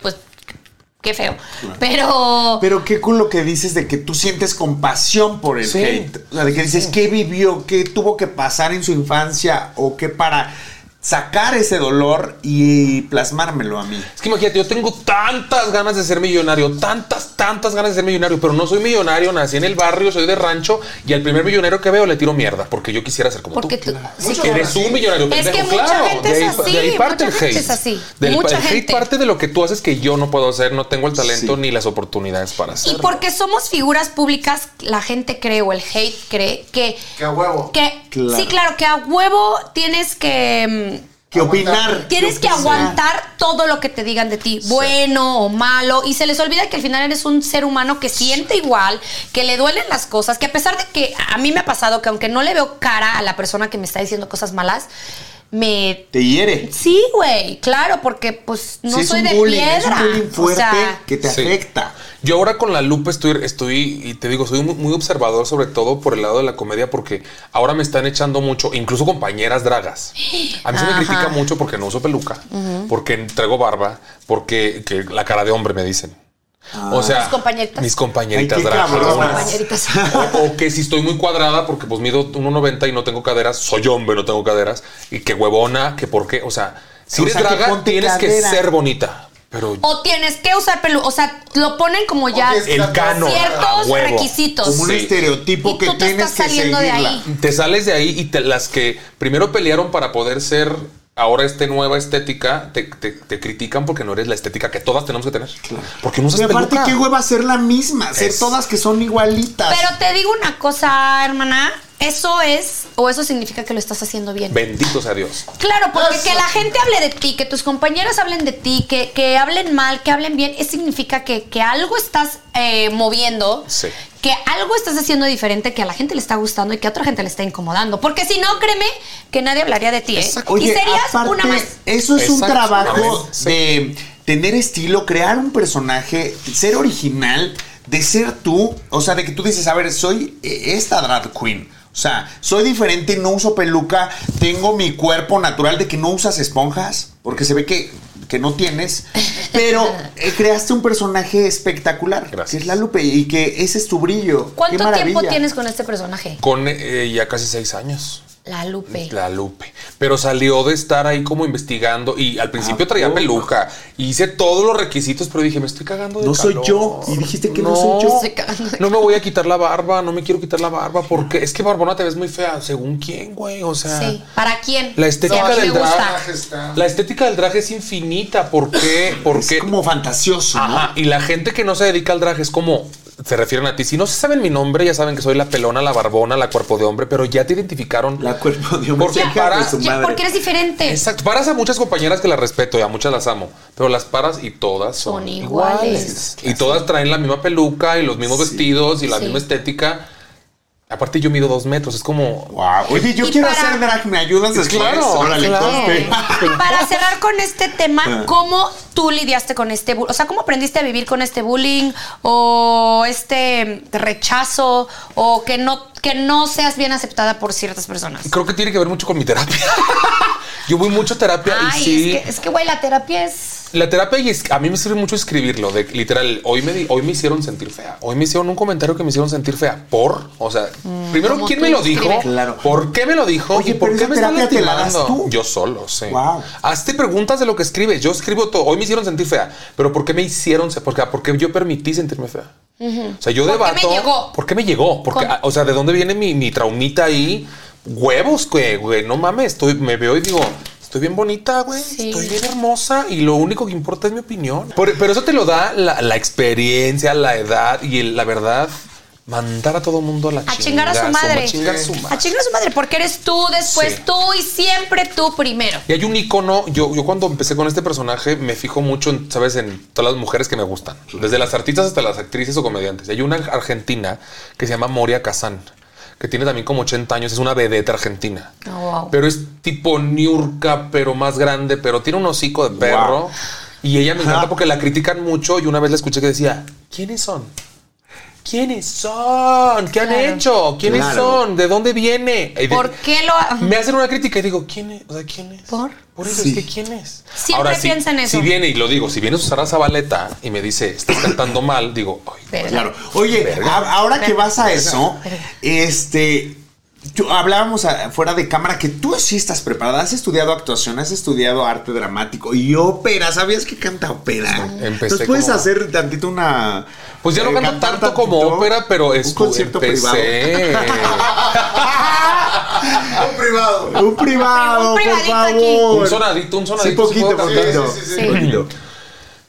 pues qué feo. Pero Pero qué cool lo que dices de que tú sientes compasión por el Sí. hate. O sea, de que dices qué vivió, qué tuvo que pasar en su infancia o qué para sacar ese dolor y plasmármelo a mí. Es que imagínate, yo tengo tantas ganas de ser millonario, tantas, tantas ganas de ser millonario, pero no soy millonario, nací en el barrio, soy de rancho y al primer millonario que veo le tiro mierda porque yo quisiera ser como Porque tú. tú- sí, Porque claro. eres un millonario. Es pendejo, que mucha claro. gente de ahí, es así, de ahí mucha parte el hate. gente es así, Del, mucha el hate gente. parte de lo que tú haces que yo no puedo hacer, no tengo el talento ni las oportunidades para y hacerlo. porque somos figuras públicas, la gente cree o el hate cree que Que a huevo. que Claro. sí, claro, que a huevo tienes que mm, ¿Qué Aguantar. opinar? Tienes ¿Qué que opinar? aguantar todo lo que te digan de ti, bueno o malo, y se les olvida que al final eres un ser humano que siente igual, que le duelen las cosas, que a pesar de que a mí me ha pasado que aunque no le veo cara a la persona que me está diciendo cosas malas, me... Te hiere. Sí, güey, claro, porque pues no Sí, es soy un de bullying, piedra. Es un bullying fuerte o sea, que te Sí. afecta. Yo ahora con la lupa estoy, estoy, y te digo, soy muy, muy observador, sobre todo por el lado de la comedia, porque ahora me están echando mucho, incluso compañeras dragas. A mí se me Ajá. critica mucho porque no uso peluca, porque traigo barba, porque que la cara de hombre me dicen. o sea, Tus compañeritas. mis compañeritas Ay, qué dragas. cabronas. compañeritas. O, o que si estoy muy cuadrada porque pues mido 1.90 y no tengo caderas, soy hombre, no tengo caderas. Y que huevona, que por qué. O sea, si O eres sea, que draga, ponte tienes cadera. que ser bonita. Pero O tienes que usar pelu, o sea, lo ponen como ya tienes que el cano. a ciertos huevo. requisitos. Como un Sí. estereotipo Y que tú te tienes estás que saliendo de seguirla. ahí. Te sales de ahí y te- las que primero pelearon para poder ser ahora esta nueva estética te, te- te critican porque no eres la estética que todas tenemos que tener. Porque no usas Y aparte, peluca. qué hueva ser la misma, ser Pues Es- todas que son igualitas. Pero te digo una cosa, hermana. Eso es, o eso significa que lo estás haciendo bien. Bendito sea Dios. Claro, porque que la gente hable de ti, que tus compañeras hablen de ti, que, que hablen mal, que hablen bien, eso significa que, que algo estás eh, moviendo, Sí. que algo estás haciendo diferente, que a la gente le está gustando y que a otra gente le está incomodando. Porque si no, créeme que nadie hablaría de ti. ¿eh? Oye, y serías aparte, una más. Eso es un Exacto, una trabajo vez, de tener estilo, crear un personaje, ser original, de ser tú. O sea, de que tú dices, a ver, soy eh, esta drag queen. O sea, soy diferente, no uso peluca, tengo mi cuerpo natural de que no usas esponjas, porque se ve que, que no tienes. Pero eh, creaste un personaje espectacular, que es la Lupe, y que ese es tu brillo. Qué ¿Cuánto tiempo maravilla. tienes con este personaje? Con eh, ya casi seis años. La Lupe. La Lupe. Pero salió de estar ahí como investigando y al principio Ah, traía peluca. Hice todos los requisitos, pero dije, me estoy cagando de No soy calor. yo. Y dijiste que no soy yo. Se cagan. No me voy a quitar la barba, no me quiero quitar la barba porque es que barbona te ves muy fea, según quién, güey, o sea, Sí. ¿Para quién? Si la a estética ti del te gusta. drag, la estética del drag es infinita, ¿por qué? Porque Es como fantasioso, ¿no? Ajá, y la gente que no se dedica al drag es como se refieren a ti. Si no se saben mi nombre, ya saben que soy la pelona, la barbona, la cuerpo de hombre, pero ya te identificaron. La cuerpo de hombre. Porque Hija de para- su Ah, Ya, madre. porque eres diferente. Exacto. Paras a muchas compañeras que las respeto y a muchas las amo, pero las paras y todas son, Son iguales. iguales. Y todas traen la misma peluca y los mismos vestidos y la misma estética. Aparte, yo mido dos metros. Es como. Wow. Oye, yo Y quiero para- hacer drag, ¿me ayudas después? Claro, Órale, claro. conste. Para cerrar con este Ah. tema, ¿cómo tú lidiaste con este bullying? O sea, ¿cómo aprendiste a vivir con este bullying o este rechazo o que no, que no seas bien aceptada por ciertas personas? Creo que tiene que ver mucho con mi terapia. yo voy mucho a terapia Ay, y sí. es que, es que, güey, la terapia es... La terapia y es- a mí me sirve mucho escribirlo, de literal, hoy me, di- hoy me hicieron sentir fea, hoy me hicieron un comentario que me hicieron sentir fea, por, o sea, Mm, primero, como ¿quién tú me lo escribes. dijo? Claro. ¿Por qué me lo dijo? Oye, ¿Y por pero qué esa me están terapia te la das lastimando? tú. Yo solo, sí. Wow. Hazte preguntas de lo que escribes, yo escribo todo, hoy me hicieron sentir fea, pero ¿por qué me hicieron, se- por qué, por qué yo permití sentirme fea? O sea, yo ¿Por qué debato. me llegó? ¿Por qué me llegó? Porque, Con- ah, o sea, ¿de dónde viene mi, mi traumita ahí? Huevos, güey, güey, no mames, estoy, me veo y digo, estoy bien bonita, güey, Sí. estoy bien hermosa y lo único que importa es mi opinión. Por- pero eso te lo da la, la experiencia, la edad y el- la verdad, mandar a todo mundo a la A chingar a su madre. A chingar a su A madre. chingar a su madre, porque eres tú, después Sí. tú y siempre tú primero. Y hay un icono. Yo, yo cuando empecé con este personaje me fijo mucho, en, sabes, en todas las mujeres que me gustan, desde las artistas hasta las actrices o comediantes. Y hay una argentina que se llama Moria Kazan, que tiene también como 80 años, es una vedeta argentina. Oh, wow. Pero es tipo Niurka, pero más grande, pero tiene un hocico de perro. Y ella me encanta porque la critican mucho. Y una vez la escuché que decía: ¿Quiénes son? ¿Quiénes son? ¿Qué han Claro. hecho? ¿Quiénes Claro. son? ¿De dónde viene? Y de- ¿Por qué lo...? ha- me hacen una crítica y digo, ¿quién es? O sea, ¿quién es? ¿Por? eso Sí. es que ¿quién es? Siempre piensa en eso. Si viene, y lo digo, si viene Susana Zabaleta y me dice, estás cantando mal, digo, ay, Verga. Claro. Oye, a- ahora que vas a eso, este. yo- hablábamos a- fuera de cámara que tú sí estás preparada, has estudiado actuación, has estudiado arte dramático y ópera. ¿Sabías que canta ópera? Este, Empecé Nos puedes como- hacer tantito una. Pues ya no eh, canto cantar tanto como tantito? ópera, pero Un estu- concierto empecé. Un privado. privado. Un privado, Un por privadito aquí. favor. un sonadito, un Sí, sonadito. poquito, puedo cantar? poquito. Sí, sí, sí. poquito.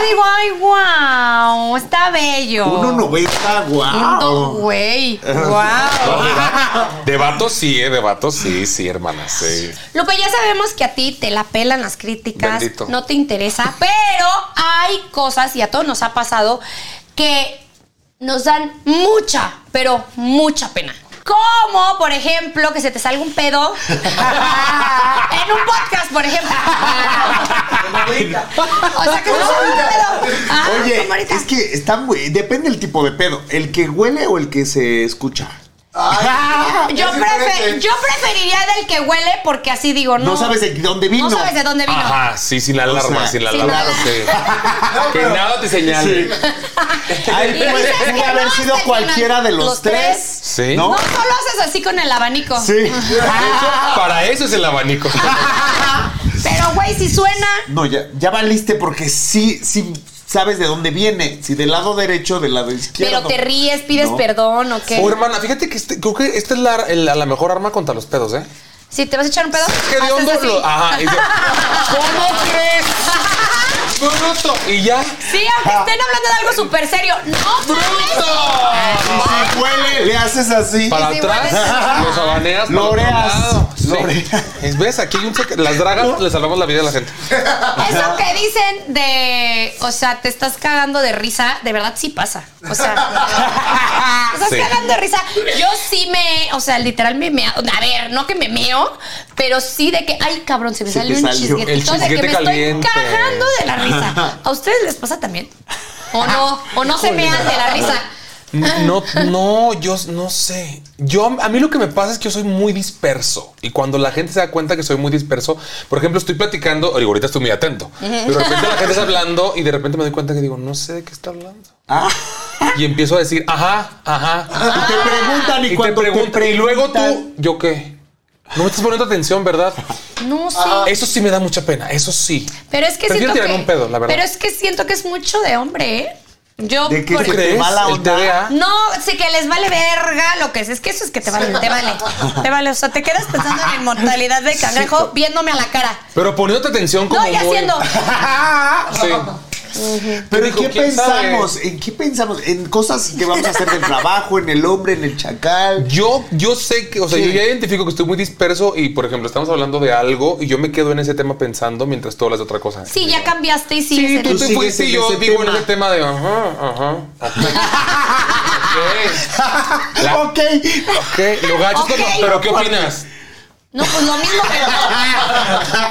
Yo digo, ay, wow, está bello. 1.90, Mundo, guau. güey, wow. De vato sí, eh, de vato sí, sí, hermana, sí. Lupe, ya sabemos que a ti te la pelan las críticas, Bendito. no te interesa, pero hay cosas, y a todos nos ha pasado, que nos dan mucha, pero mucha pena. Como, por ejemplo, que se te salga un pedo en un podcast, por ejemplo. o sea, que se salga un pedo. Ah, Oye, como ahorita. es que está muy, depende del tipo de pedo, el que huele o el que se escucha. yo, es prefe- diferente. yo preferiría del que huele porque así digo, no. No sabes de dónde vino. No sabes de dónde vino. Ajá, sí, sin la alarma, sea, sin la sin alarma. la- sí. que nada te señale. Ahí Y puede, dices que puede no, haber hasta sido que cualquiera no- de los, los tres. tres. Sí. ¿No? No solo haces así con el abanico. Sí. Para eso es el abanico. Pero, güey, si suena. No, ya, ya valiste porque sí, sí sabes de dónde viene. Si del lado derecho, del lado izquierdo. Pero te ríes, pides No. perdón o qué. O hermana, fíjate que este- creo que esta es la, el- la mejor arma contra los pedos, ¿eh? Si te vas a echar un pedo. ¿Qué de haces hondo Ah, así. lo- Ajá. Y dice, ¿Cómo crees? ¡Bruto! Y ya. Sí, Ah. aunque estén hablando de algo súper serio. ¡No! mames. ¡Bruto! Y Ah, si huele, le haces así. Para sí, atrás, hueles. los habaneas. para Loreas. otro lado. Sí. Loreas. Es- ¿Ves? Aquí hay un secre- Las dragas le salvamos la vida a la gente. Eso que dicen de, o sea, te estás cagando de risa, de verdad sí pasa. O sea, te estás Sí. cagando de risa. Yo sí me, o sea, literal me meo. A ver, no que me meo, pero sí de que, ay, cabrón, se me Se salió te un salió. chisguetito El de que chisguete me caliente. estoy cagando de la risa. ¿A ustedes les pasa también? ¿O no? ¿O no se mean de la risa? No, no, yo s- no sé. Yo, a mí lo que me pasa es que yo soy muy disperso. Y cuando la gente se da cuenta que soy muy disperso, por ejemplo, estoy platicando, digo, ahorita estoy muy atento. Pero de repente la gente está hablando y de repente me doy cuenta que digo, no sé de qué está hablando. Ah. Y empiezo a decir, ajá, ajá. Y te preguntan y, Y, te cuando te preguntan, y luego tú, preguntan- ¿yo qué? No me estás poniendo atención, ¿verdad? No sé. Ah. Eso sí me da mucha pena, eso sí. Pero es que Prefiero siento que. tirarme un pedo, la verdad. Pero es que siento que es mucho de hombre, ¿eh? Yo ¿De qué por- se te ¿Crees? va la El onda? TDA. No, sí que les vale verga lo que es. Es que eso es que te vale, te vale. Te vale. O sea, te quedas pensando en la inmortalidad del cangrejo viéndome a la cara. Pero poniéndote atención como No, y muy- haciendo. Sí. Pero ¿en Dijo, qué ¿quién pensamos? ¿En qué pensamos? En cosas que vamos a hacer del trabajo, en el hombre, en el chacal. Yo, yo sé que, o sea, Sí. yo ya identifico que estoy muy disperso y, por ejemplo, estamos hablando de algo y yo me quedo en ese tema pensando mientras tú hablas de otra cosa. Sí, ya cambiaste y sigues en Tú el- te sigues fuiste y en yo ese digo en tema. ese tema de ajá, ajá. ok. Ok. La- ok. ok, Lo gacho es cuando- Ok. pero ¿qué opinas? No, pues lo mismo, pero.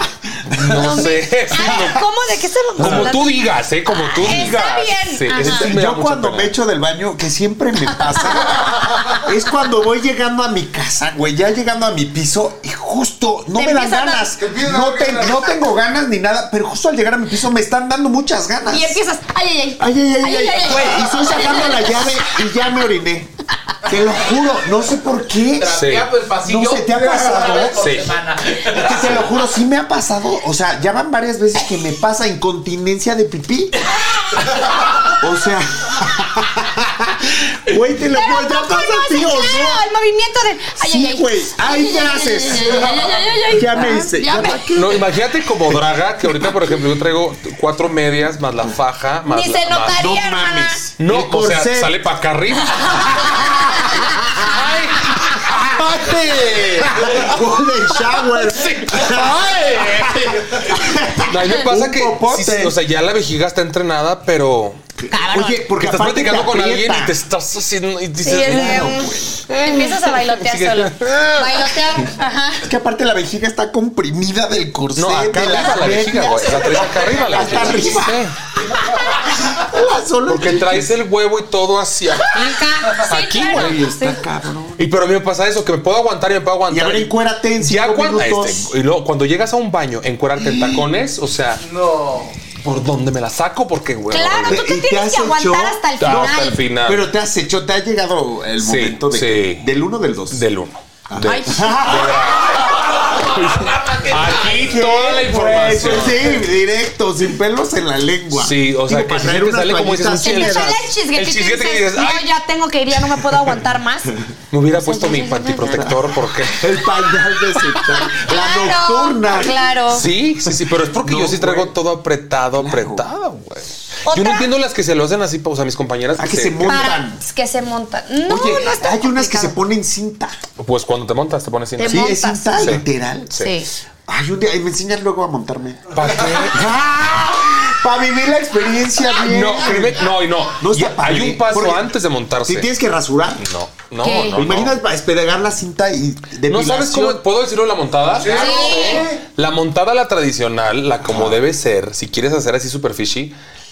No sé. A ver, ¿cómo? ¿De qué estamos Como hablando? tú digas, ¿eh? Como tú Ah, Está digas. bien. Sí, Ajá. eso sí me da Yo mucha cuando pena. me echo del baño, que siempre me pasa, es cuando voy llegando a mi casa, güey, ya llegando a mi piso y justo no Te me dan empiezan a- ganas. Te empiezan a No, dar te- ganas. no tengo ganas ni nada, pero justo al llegar a mi piso me están dando muchas ganas. Y empiezas. Ay, ay, ay. Ay, ay, ay, ay, ay, ay. güey, y estoy sacando la llave y ya me oriné. Te lo juro, no sé por qué. Trapeando el pasillo. No se te ha pasado. ¿eh? una vez por Sí. semana. Es que te lo juro, sí me ha pasado. O sea, ya van varias veces que me pasa incontinencia de pipí. O sea. Güey, te lo juro, Pero ya no pasa, conoces, tío, claro, el ¿no? movimiento de. Ay, ay, Sí, ay. güey. Ay, Ay, ay, ya ay, haces. ay, ay, ay, ay, ay. Ah, Ya me hice. Ya ya me- me- No, imagínate como draga, que ahorita, por ejemplo, yo traigo cuatro medias más la faja, más Ni la- se más- No notaría, hermana. mames. No, El o sea, corsé. sale para acá arriba. ¡Ay! Golden shower. No, a mí me pasa Un que, popote. sí, sí, o sea, ya la vejiga está entrenada, pero Cabrón. Oye, que porque estás aparte te platicando con alguien y aprieta. te estás haciendo y Sí, dices, es de- "Claro". Empiezas a bailotear Sigue. solo. Bailotear. Ajá. Es que aparte la vejiga está comprimida del corsé. no, acá de las arriba la vejiga, medias. güey. La traes acá arriba la Hasta vejiga. arriba. Sí, La sola- porque traes el huevo y todo hacia Acá. Sí, Aquí, claro. güey, Está Sí. cabrón. Y pero a mí me pasa eso, que me puedo aguantar y me puedo aguantar. Y a ver, encuérate en Ya cinco cuando, minutos. este, y luego, cuando llegas a un baño, encuerarte en tacones, o sea, No. ¿por dónde me la saco? Porque, güey. Claro, tú ¿Y te te tienes has que aguantar hecho? hasta el Hasta el final. final. Pero te has hecho, te ha llegado el Sí, momento de, sí. del uno o del dos. del uno. De- Ay, Aquí Sí, toda la güey, información. pues sí, directo, sin pelos en la lengua. Sí, o sea, Digo, que para sí traer te unas sale como dices, un toallitas el chingazo. húmedas. el chisguete. El chisguete que dices, No, ay. ya tengo que ir, ya no me puedo aguantar más. Me hubiera puesto mi pantiprotector porque. El pañal desechable. Claro, la nocturna. Claro. Sí, sí, sí, pero es porque No, yo sí traigo güey. todo apretado, apretado, güey. Yo no Otra- entiendo las que se lo hacen así, o sea, mis compañeras. Ah, que se que- Para montan. que se montan. No, Oye, no está hay unas que se complicado. ponen cinta. Pues cuando te montas, te pones sin. Te Sí, es montas. cinta, Sí. literal. Sí. Ay, un día, ay, me enseñas luego a montarme. ¿Para qué? ¡Ah! Para vivir la experiencia bien. Ah, No, créeme, no, y no. No está Y padre, Hay un paso porque antes de montarse. Si tienes que rasurar. No, no, ¿Qué? no, no. Imaginas para despegar la cinta y de ¿No sabes cómo? ¿Puedo decirlo de la montada? Sí. La montada, la tradicional, la como debe ser, si quieres hacer así super fishy, eh,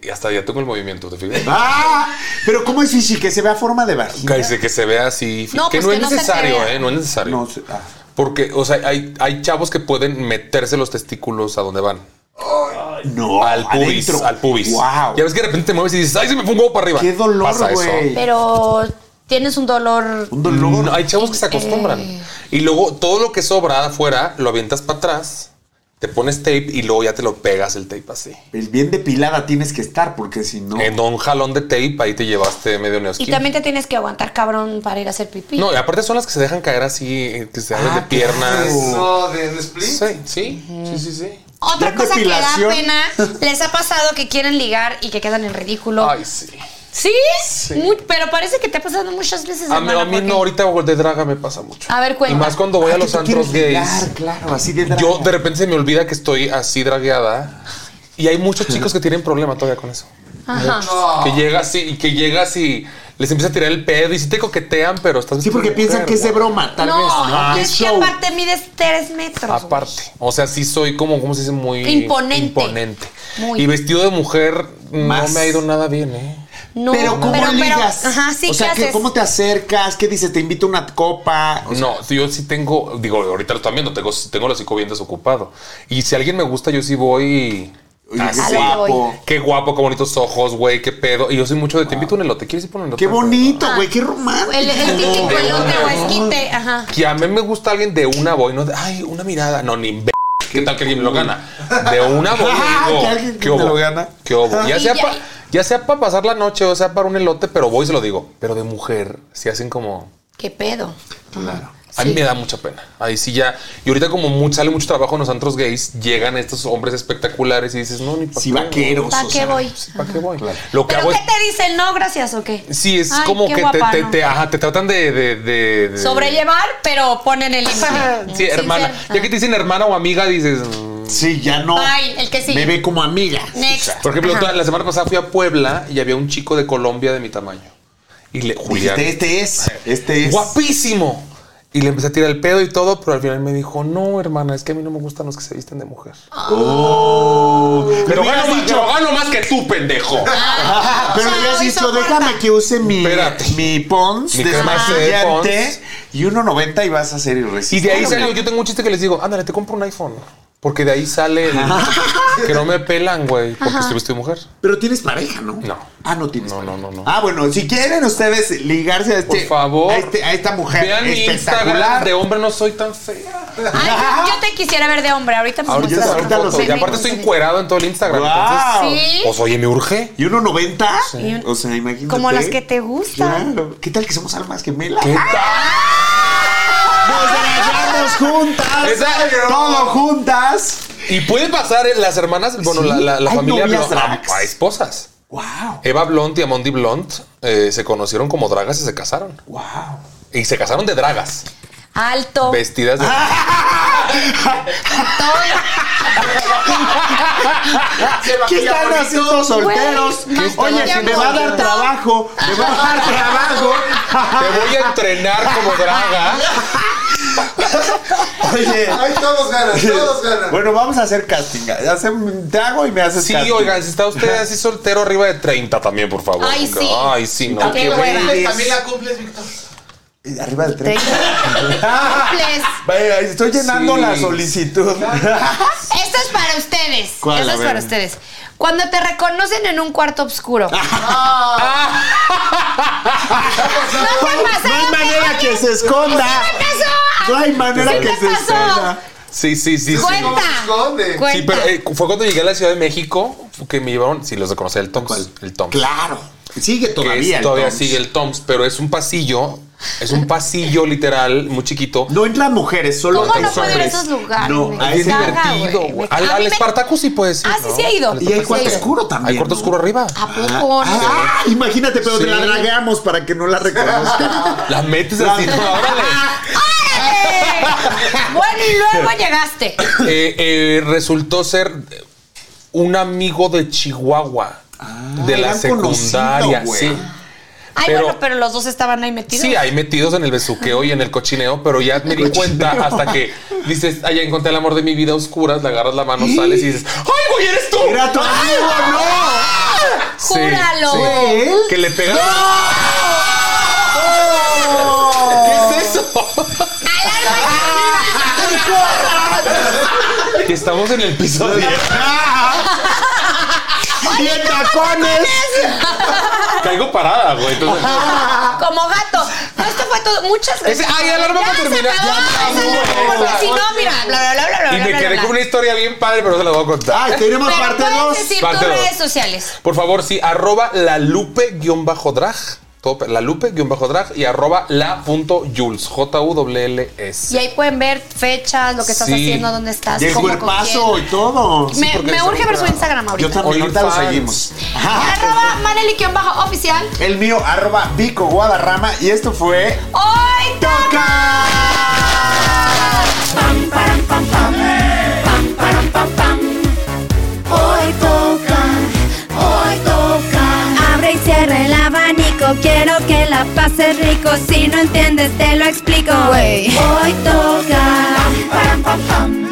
eh, hasta ya tengo el movimiento, ¿te fijas? Ah, pero ¿cómo es fishy? Que se vea forma de vagina. Cállese, que se vea así. No, que pues no que es no se te necesario, vea. ¿eh? No es necesario. No, se- ah. Porque, o sea, hay, hay chavos que pueden meterse los testículos a donde van. no Al pubis. adentro. Al pubis. Wow. Ya ves que de repente te mueves y dices, ay, se me fue un huevo para arriba. Qué Pasa dolor, eso. güey. Pero tienes un dolor. Un dolor. No, Mm, hay chavos que se acostumbran. Y luego todo lo que sobra afuera lo avientas para atrás, te pones tape y luego ya te lo pegas el tape así. El bien depilada tienes que estar, porque si no. En un jalón de tape ahí te llevaste medio Y neosquín. también te tienes que aguantar, cabrón, para ir a hacer pipí. No, y aparte son las que se dejan caer así, eh, que se abren de Ah, piernas. claro. Eso de split. Sí, sí, sí, sí, sí. Otra Ya cosa que da depilación. pena, les ha pasado que quieren ligar y que quedan en ridículo. Ay, sí. ¿Sí? Mu- pero parece que te ha pasado muchas veces. A mí, hermana, a mí porque- no, ahorita de draga me pasa mucho. A ver, cuenta. Y más cuando voy a Ah, que los tú antros quieres gays. ligar, claro, así de draga. Yo de repente se me olvida que estoy así dragueada. Y hay muchos chicos que tienen problema todavía con eso. Ajá. Que llegas y y que llegas y les empieza a tirar el pedo y sí te coquetean, pero estás Sí, porque piensan que es de broma, tal no, Ah. vez. y Ah, que es que aparte mides tres metros. güey. Aparte, o sea, sí soy como, ¿cómo se dice? Muy Imponente. imponente. Muy. Y vestido de mujer Más. no me ha ido nada bien, ¿eh? No, pero ¿cómo pero, ligas? pero- ajá, sí, o sea, ¿qué que haces? ¿cómo te acercas? ¿Qué dices? ¿Te invito a una copa? O sea, No, sí, yo sí tengo, digo, ahorita lo están viendo, tengo, tengo el hocico bien desocupado. Y si alguien me gusta, yo sí voy. oye, así. A lo que voy. Qué guapo, qué bonitos ojos, güey, qué pedo. Y yo soy mucho de te invito a un elote. ¿Quieres ir por un elote? Qué bonito, güey, qué romántico. Ah, El, el típico elote o esquite, ajá. Que a mí me gusta alguien de una voy, no de, ay, una mirada. No, ni ver. ¿Qué tal que alguien me lo gana? De una voy. Ah, digo, que alguien ¿qué te hubo? lo gana. ¿Qué hubo? Ya Ah, Y sea, ya- pa- ya sea para pasar la noche o sea para un elote, pero voy y se lo digo. Pero de mujer, si hacen como. ¿Qué pedo? Claro. A mí me da mucha pena. Ahí sí ya. Y ahorita, como mu- sale mucho trabajo en los antros gays, llegan estos hombres espectaculares y dices, no, ni para Sí, vaqueros. ¿Para o qué sea, voy? ¿Para qué voy? Lo que ¿Pero hago qué es. te dicen? ¿No, gracias o qué? Sí, es Ay, como qué que te- te, guapano. te- ajá, te tratan de. de- de- de- Sobrellevar, pero ponen el límite. Sí, hermana. ser- Ya que te dicen hermana o amiga, dices. mm, Sí, ya no. Ay, el que sigue. Me ve como amiga. Next. Por ejemplo, Ajá. toda- la semana pasada fui a Puebla y había un chico de Colombia de mi tamaño. Y le, Julián, Dijiste, este es. Este es. guapísimo. Y le empecé a tirar el pedo y todo, pero al final me dijo, no, hermana, es que a mí no me gustan los que se visten de mujer. Oh. Pero Me hubieras gano, más, dicho- pero gano más que tú, pendejo. Ah, pero O sea, le has hoy dicho, soporta. déjame que use mi, Espérate. mi Pons Mi crema de Pons. desmaquillante y 1.90 y vas a ser Y irresistible. de ahí salió, yo tengo un chiste que les digo, ándale, te compro un iPhone. Porque de ahí sale el- que no me pelan, güey, porque estoy vestido de mujer. Pero tienes pareja, ¿no? No. Ah, no tienes No, no, pareja. no, no. Ah, bueno, si quieren ustedes ligarse a este. Por favor. A, este- a esta mujer Vean mi Instagram, espectacular. de hombre no soy tan fea. Ay, yo te quisiera ver de hombre. Ahorita pues Ahorita yo muestras saco ahorita foto. lo fotos. sé. Y aparte estoy encuerado en todo el Instagram. entonces, Guau. Sí. pues oye, me urge. ¿Y 1.90? Y un- O sea, imagínate. Como las que te gustan. Claro. ¿Qué tal que somos almas gemelas? ¡Ah! ¿Qué tal? Nos rayamos juntas. Exacto. Todo juntas. Y puede pasar eh, las hermanas, bueno, Sí, la, la- la hay familia novias Blo- a, drags. a esposas. Wow. Eva Blunt y Amondi Blunt eh, se conocieron como dragas y se casaron. Wow. Y se casaron de dragas, Alto. vestidas de. ¿Qué están haciendo solteros? Güey, Oye, están me va a dar haciendo? trabajo. Me va a dar trabajo. Te voy a entrenar como draga. Oye. Ahí todos ganan, todos ganan. Bueno, vamos a hacer casting. Hace un trago y me haces Sí, casting. oigan, si está usted así soltero arriba de 30 también, por favor. Ay, sí. Ay, sí, no. Qué También la hueva. cumples, también la cumples, Víctor. Arriba del tren. Cumples. Vaya, Estoy llenando Sí. la solicitud. Esto es para ustedes. ¿Cuál? Esto A es ver. para ustedes. Cuando te reconocen en un cuarto oscuro. No te pasó. No hay manera que se esconda. ¿Qué pasó? No hay manera ¿Sí que te se pasó? esconda. Sí, sí, sí. sí. Cuenta. esconde. Cuenta. Sí, pero eh, fue cuando llegué a la Ciudad de México que me llevaron, si los reconoce, el Toms. El Toms. Claro. que Sigue es- todavía. el todavía Toms. sigue el Toms, pero es un pasillo, es un pasillo literal muy chiquito. No entran mujeres, solo ¿Cómo no los puedo ir a hombres. esos lugares? No, Ah, Me a Es ese caga, divertido, güey. güey. Me- Al, a al mí me- Espartaco sí puedes ir. Ah, sí, ¿no? sí he ido. Al Y hay Espartaco cuarto sí. oscuro también. Hay cuarto ¿no? oscuro arriba. ¿A poco? Ah, imagínate, pero te la Sí. dragueamos para que no la reconozcan. La metes La- así, no, Ah, órale. ¡Órale! Bueno, y luego llegaste. Eh, eh, resultó ser un amigo de Chihuahua, Ah, de la eran conocidos, secundaria. güey. sí. Ay, Pero- bueno, pero los dos estaban ahí metidos. Sí, ahí metidos en el besuqueo y en el cochineo, pero ya me di cuenta hasta que dices, allá encontré el amor de mi vida a oscuras, le agarras la mano, sales y dices, ¡ay, güey, eres tú! ¡Era tu amigo, no! Sí, ¡Júralo! sí. ¿Él? Que le pegas. ¿Qué es eso? que estamos en el piso 10. "Ah". ¡Y en tacones! Caigo parada, güey. Entonces, Como gato. No, esto fue todo. Muchas Ese- gracias. ay, el alarma Ya va a se terminar. acabó, Ya esa acabó, alarma, porque esa. Si no, mira, bla, bla, bla, bla, y bla, me bla, quedé bla. con una historia bien padre, pero no se la voy a contar. ¡Ay, tenemos Pero parte puedes 2! decir Parte tus dos. redes sociales. Por favor, sí, arroba la lupe-drag. todo pe- La lupe-drag y arroba la punto Jules. J-U-L-L-S. Y ahí pueden ver fechas, lo que estás Sí. haciendo, dónde estás, Y el cómo, con cuerpazo y todo. quién. Me, porque me es urge ver otra. su Instagram Yo ahorita. también, ahorita lo OnlyFans. seguimos. Arroba Maneli-oficial. El mío, arroba Vico Guadarrama. Y esto fue... Hoy ¡Toca! Hoy toca, hoy toca. Abre y cierra el abanico, quiero que la pases rico. Si no entiendes, te lo explico. Hoy toca. Hoy toca, hoy toca.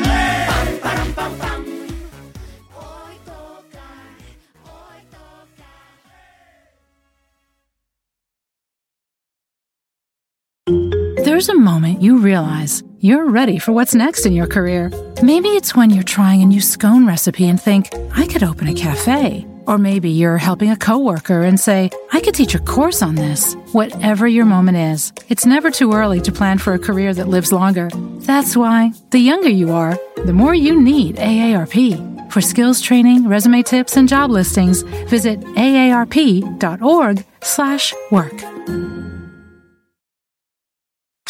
There's a moment you realize you're ready for what's next in your career. Maybe it's when you're trying a new scone recipe and think, I could open a cafe. Or maybe you're helping a coworker and say, I could teach a course on this. Whatever your moment is, it's never too early to plan for a career that lives longer. That's why, the younger you are, the more you need AARP. For skills training, resume tips, and job listings, visit aarp.org slash work.